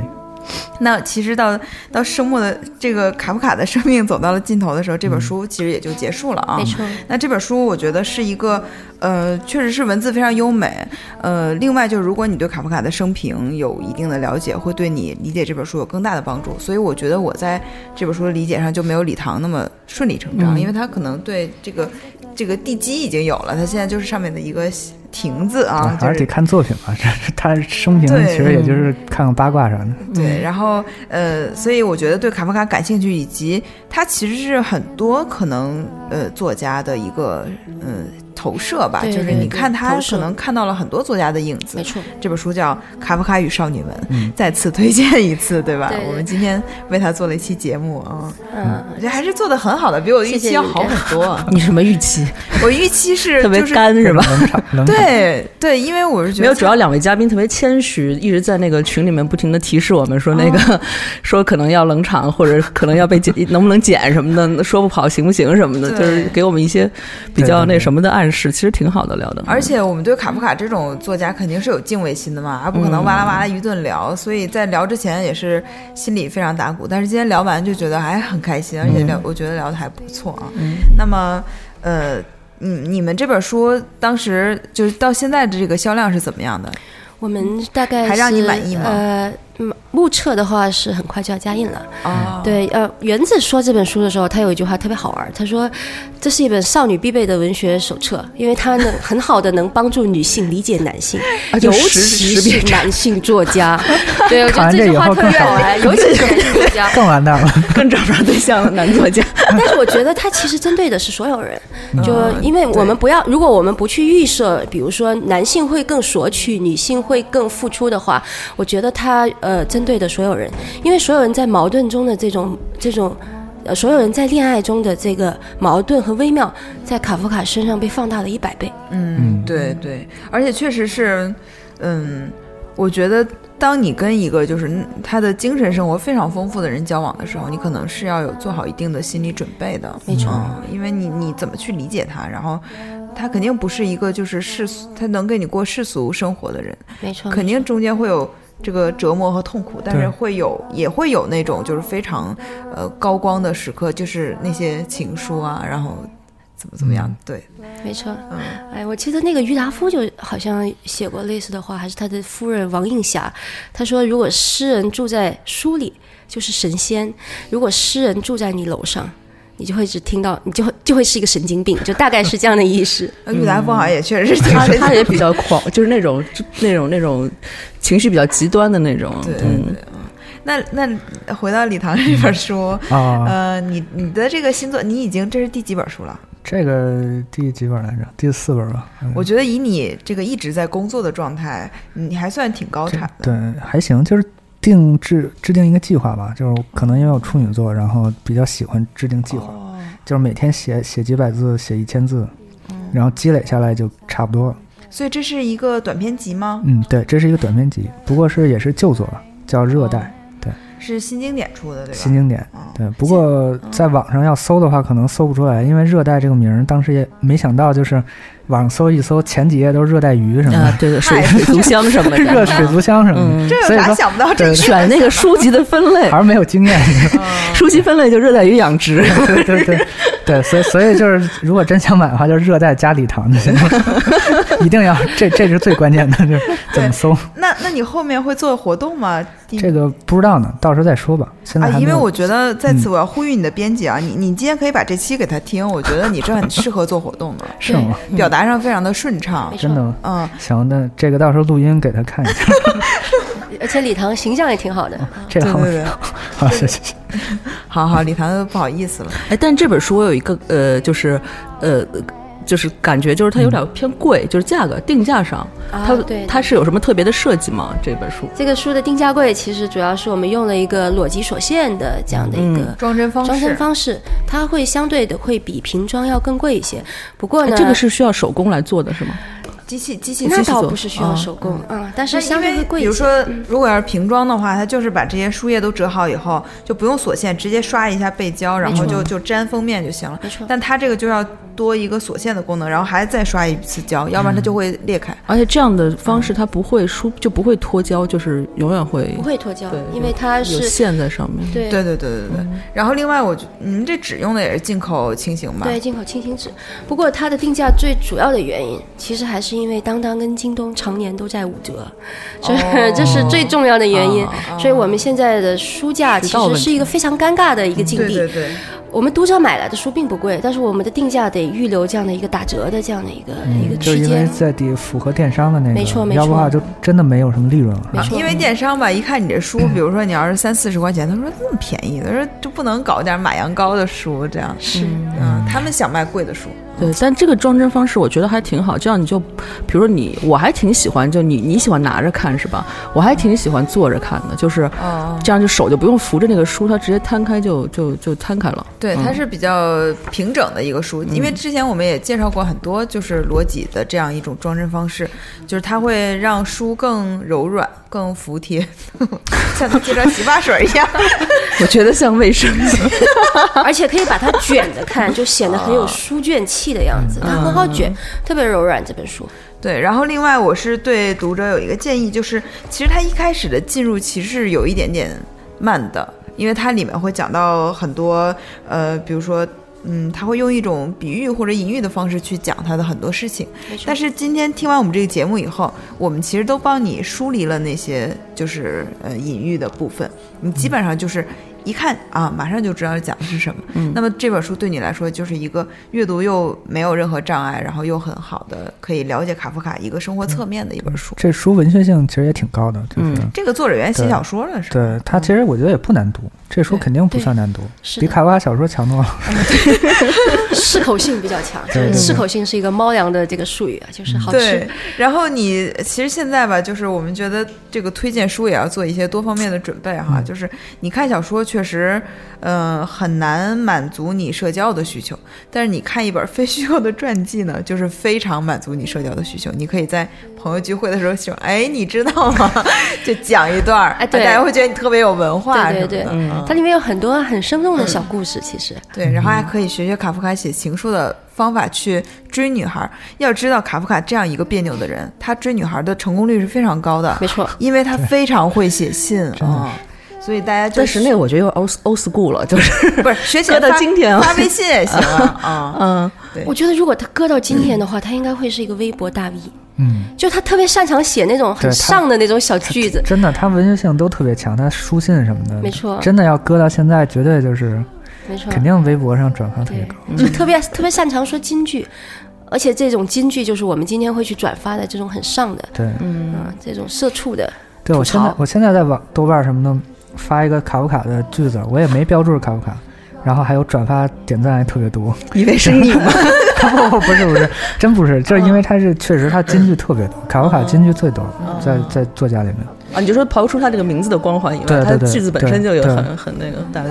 那其实到到生末的这个卡夫卡的生命走到了尽头的时候，这本嗯书其实也就结束了啊。没错，那这本书我觉得是一个，呃，确实是文字非常优美。呃，另外就是如果你对卡夫卡的生平有一定的了解，会对你理解这本书有更大的帮助。所以我觉得我在这本书的理解上就没有李唐那么顺理成嗯章，因为他可能对这个这个地基已经有了，他现在就是上面的一个亭子啊啊，就还是得是看作品吧。这是他生平对嗯其实也就是看看八卦啥的。嗯对，然后呃，所以我觉得对卡夫卡感兴趣，以及他其实是很多可能呃作家的一个呃投射吧，对就是对你对看他投可射能看到了很多作家的影子没。错。这本书叫《卡夫卡与少女们》，嗯再次推荐一次，对吧？对对我们今天为他做了一期节目啊，嗯，我觉得还是做的很好的，比我的预谢谢期要雨好珍很多。啊 (laughs) 你什么预期？我预期是特别 (laughs) 就是干是吧？冷场，冷场。对对，因为我是觉得没有，主要两位嘉宾特别谦虚，一直在那个群里面不停的提示我们哦说那个、说可能要冷场，或者可能要被剪，能不能剪什么的， (laughs) 说不好行不行什么的，对就是给我们一些比较那什么的暗示，其实挺好的聊的。而且我们对卡夫卡这种作家肯定是有敬畏心的嘛，而不可能哇啦哇啦一顿聊，所以在聊之前也是心里非常打鼓。但是今天聊完就觉得还很开心，而且聊、我觉得聊的还不错啊。那么，呃，嗯，你们这本书当时就是到现在的这个销量是怎么样的？我们大概还让你是满意吗呃，嗯目测的话是很快就要加印了。哦，对，呃，园子说这本书的时候，他有一句话特别好玩儿，他说这是一本少女必备的文学手册，因为它能很好的能帮助女性理解男性，啊就尤识其识别 (laughs) 是男性作家。对，我觉看得这完这句以话后特别更好好玩，尤其是男性作家。更完蛋了， (laughs) 更找不着对象的男作家，但是我觉得它其实针对的是所有人，就因为我嗯对们不要，如果我们不去预设，比如说男性会更索取，女性会更付出的话，我觉得它呃针对的所有人，因为所有人在矛盾中的这种这种。呃，所有人在恋爱中的这个矛盾和微妙，在卡夫卡身上被放大了一百倍。嗯，对对，而且确实是，嗯，我觉得当你跟一个就是嗯他的精神生活非常丰富的人交往的时候，你可能是要有做好一定的心理准备的，没错嗯因为你你怎么去理解他，然后他肯定不是一个就是世俗，他能跟你过世俗生活的人，没错，肯定中间会有。这个折磨和痛苦，但是对会有，也会有那种就是非常，呃，高光的时刻，就是那些情书啊，然后怎么怎么样，嗯对，没错。嗯，哎，我记得那个郁达夫就好像写过类似的话，还是他的夫人王映霞，他说：“如果诗人住在书里，就是神仙；如果诗人住在你楼上，你就会只听到，你就会就会是一个神经病，就大概是这样的意思。那呃郁达夫好像也确实是挺他神奇嗯他也比 (laughs) 较狂，就是那种就那种那种情绪比较极端的那种。对对嗯，对，嗯 (laughs) 那那回到李唐这本书，啊！呃，你你的这个新作，你已经这是第几本书了？这个第几本来着？第四本吧。嗯我觉得以你这个一直在工作的状态，你还算挺高产的。对，还行，就是定制制定一个计划吧。就是可能因为我处女座，然后比较喜欢制定计划，哦，就是每天写写几百字，写一千字，嗯然后积累下来就差不多了。所以这是一个短篇集吗？嗯，对，这是一个短篇集，不过是也是旧作，叫《热带》，是新经典出哦的，对吧？新经典。哦对，不过在网上要搜的话，可能搜不出来，因为“热带”这个名儿，当时也没想到，就是网上搜一搜，前几页都是热带鱼什么啊的，对对，水太水族箱什么的，嗯 (laughs) 热水族箱什么嗯的，这所有以啥说想不到这对个？选那个书籍的分类还，是没有经验。书籍分类就热带鱼养殖。对对对 (laughs) 对，所以所以就是，如果真想买的话，就是热带加礼堂就行了， (laughs) 一定要这这是最关键的，就是怎么搜那那你后面会做活动吗？第这个不知道呢，到时候再说吧。现在啊，还因没为有嗯我觉得在此我要呼吁你的编辑啊，你你今天可以把这期给他听，我觉得你这很适合做活动的， (laughs) (laughs) 是吗？表达上非常的顺畅没。错真的吗？嗯，行，那这个到时候录音给他看一下， (laughs) 而且李唐形象也挺好的，这嗯对样对对，好，谢谢谢。好好，李唐都不好意思了。哎，但这本书我有一个呃，就是呃。就是感觉就是它有点偏贵，就是价格定价上，啊它对它是有什么特别的设计吗？这本书这个书的定价柜其实主要是我们用了一个裸脊锁线的这样的一嗯个装帧方式，装帧方式，它会相对的会比平装要更贵一些。不过哎呢，这个是需要手工来做的是吗？机器机器那自己倒做不是需要啊手工啊，但那是因相对为会贵一比如些嗯说，如果要是平装的话，它就是把这些书页都折好以后，就不用锁线，直接刷一下背胶，然后就就粘封面就行了。没错但它这个就要多一个锁线的功能，然后还再刷一次胶，要不然它嗯就会裂开。而且这样的方式它不会疏，就不会脱胶，就是永远嗯会不会脱胶对，因为它有是线在上面。对对对对对对。嗯然后另外我就，你们这纸用的也是进口轻型吧？对，进口轻型纸。不过它的定价最主要的原因，其实还是因为当当跟京东常年都在五折，这、哦这是最重要的原因。啊所以我们现在的书价渠其道问题实是一个非常尴尬的一个境对地。对对。我们读者买来的书并不贵，但是我们的定价得预留这样的一个打折的这样的一个、嗯一个就区因为间。在底符合电商的那个，没错没要不错话就真的没有什么利润了。没错，因为电商吧，一看你这书，比如说你要是三四十块钱，他说这么便宜，他说就不能搞点马羊羔的书这样。是嗯，他们想卖贵的书，对，但这个装帧方式我觉得还挺好，这样你就，比如说你，我还挺喜欢，就你你喜欢拿着看是吧？我还挺喜欢坐着看的，就是哦这样，就手就不用扶着那个书，它直接摊开就就就摊开了。对，它是比较平整的一个书，因为之前我们也介绍过很多，就是逻辑的这样一种装帧方式，就是它会让书更柔软、更服帖， (laughs) 像它贴着洗发水一样。 (laughs) 我觉得像卫生 (laughs) 巾，而且可以把它卷着看，就显得很有书卷气的样子，它很好嗯卷，特别柔软。这本书，对，然后另外我是对读者有一个建议，就是其实它一开始的进入其实是有一点点慢的，因为它里面会讲到很多呃，比如说。嗯，他会用一种比喻或者隐喻的方式去讲他的很多事情。但 (laughs) 是今天听完我们这个节目以后，我们其实都帮你梳理了那些就是呃隐喻的部分，你基本上就是一看啊，马上就知道讲的是什么。那么这本书对你来说就是一个阅读又没有任何障碍，然后又很好的可以了解卡夫卡一个生活侧面的一本书。这书文学性其实也挺高的，就是、嗯这个作者原来写小说的是吧？对它其实我觉得也不难读，这书对肯定不对算难读，是比的卡哇小说强多了。适口性比较强对对，对嗯适口性是一个猫粮的这个术语啊，就是好吃对。，然后你其实现在吧，就是我们觉得这个推荐书也要做一些多方面的准备哈。嗯就是你看小说确实，呃，很难满足你社交的需求，但是你看一本非虚构的传记呢，就是非常满足你社交的需求。你可以在朋友聚会的时候喜欢，哎，你知道吗？ (laughs) 就讲一段儿，哎对大家会觉得你特别有文化什么对的。对对，嗯它里面有很多很生动的小故事，其实对，然后还可以学学卡夫卡写情书的方法去追女孩。要知道，卡夫卡这样一个别扭的人，他追女孩的成功率是非常高的，没错。因为他非常会写信啊。所以大家就但是那个我觉得又 old old school 了，就是不是学起搁来到发今天啊发微信也行啊 (laughs) 啊！ (laughs) 嗯，对我觉得如果他搁到今天的话，他应该会是一个微博大 V，嗯，就他特别擅长写那种对很他上的那种小句子。真的，它文学性都特别强，它书信什么的，没错嗯真的要搁到现在，绝对就是没错，肯定微嗯博上转发特别对高。，就特别特别擅长说京剧，而且这种京剧就是我们今天会去转发的这种很上的，对，嗯，这种社畜的，对我吐现在槽我现在在网豆瓣什么的发一个卡夫卡的句子，我也没标注是卡夫卡，然后还有转发点赞也特别 (laughs) 多。以为是你吗？不不是不是，真 (laughs) 不是，就是因为它是确实它嗯金句特别多，卡夫哦卡金句最多，在在作家里面。啊，你就说刨除它这个名字的光环以外，对对它的对句子本身对就有对很很那个大的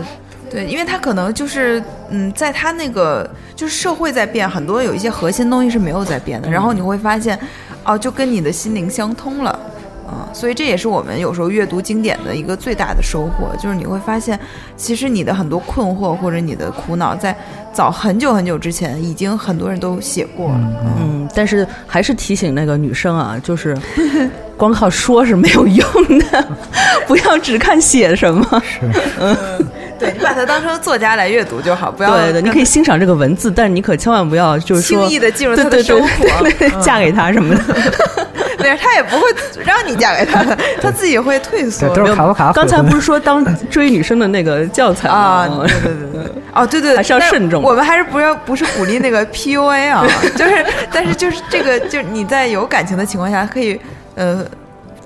对，因为他可能就是嗯，在他那个就是社会在变，很多有一些核心东西是没有在变的，然嗯后你会发现，哦，就跟你的心灵相通了。啊，所以这也是我们有时候阅读经典的一个最大的收获，就是你会发现，其实你的很多困惑或者你的苦恼，在早很久很久之前，已经很多人都写过了。嗯，但是还是提醒那个女生啊，就是 (laughs) 光靠说是没有用的， (laughs) 不要只看写什么。对你把它当成作家来阅读就好，不要对对，你可以欣赏这个文字，但是你可千万不要就是说轻易地进入对他的对对生活嗯对对对嫁给他什 (laughs) 么的。 (laughs) 对他也不会让你嫁给他 (laughs) 的，他自己会退缩。对都是卡夫卡悔刚才婚不是说当追女生的那个教材吗？啊，对对对对，哦对对，还是要但慎重我们还是不要不是鼓励那个 (laughs) (laughs) PUA 啊，就是但是就是这个就是你在有感情的情况下可以呃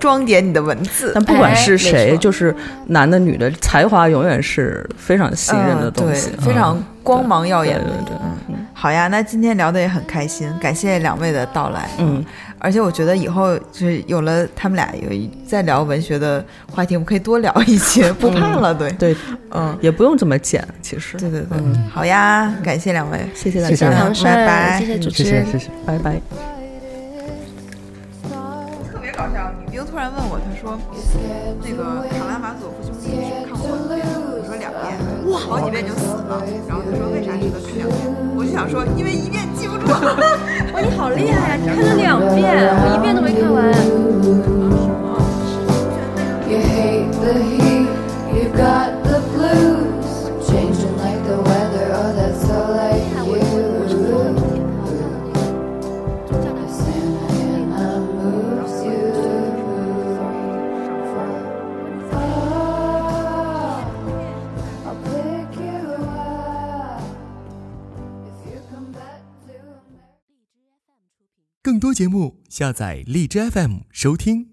装点你的文字但，不管是哎没谁，错就是男的女的，才华永远是非常吸引人的嗯东西，对嗯非常光芒耀眼对的。对对。嗯好呀，那今天聊的也很开心，感谢两位的到来。嗯，而且我觉得以后就是有了他们俩有一再聊文学的话题，我们可以多聊一 (laughs) 些，不怕了。对，对，嗯，也不用这么剪，其实。对对对，好呀，感谢两位。谢谢大谢谢家，唐拜拜帅，嗯谢谢主持谢嗯谢人。谢谢。拜拜。特别搞笑，女兵突然问我，她说：“那个卡拉马佐夫兄弟你是不是看过多少遍？”我说：“两遍。”哇，好几遍就死了。然后她说：“为啥值得看两遍？”我就想说，因为一遍记不住。啊哇，你好厉害呀！啊你看了两遍，我一遍都没看完。 You hate the heat, you've got the blues. Changing like the weather, oh, that's so like you. Santa moves you. Oh, I'll pick you up if you come back to America. 更多节目，下载荔枝 FM 收听。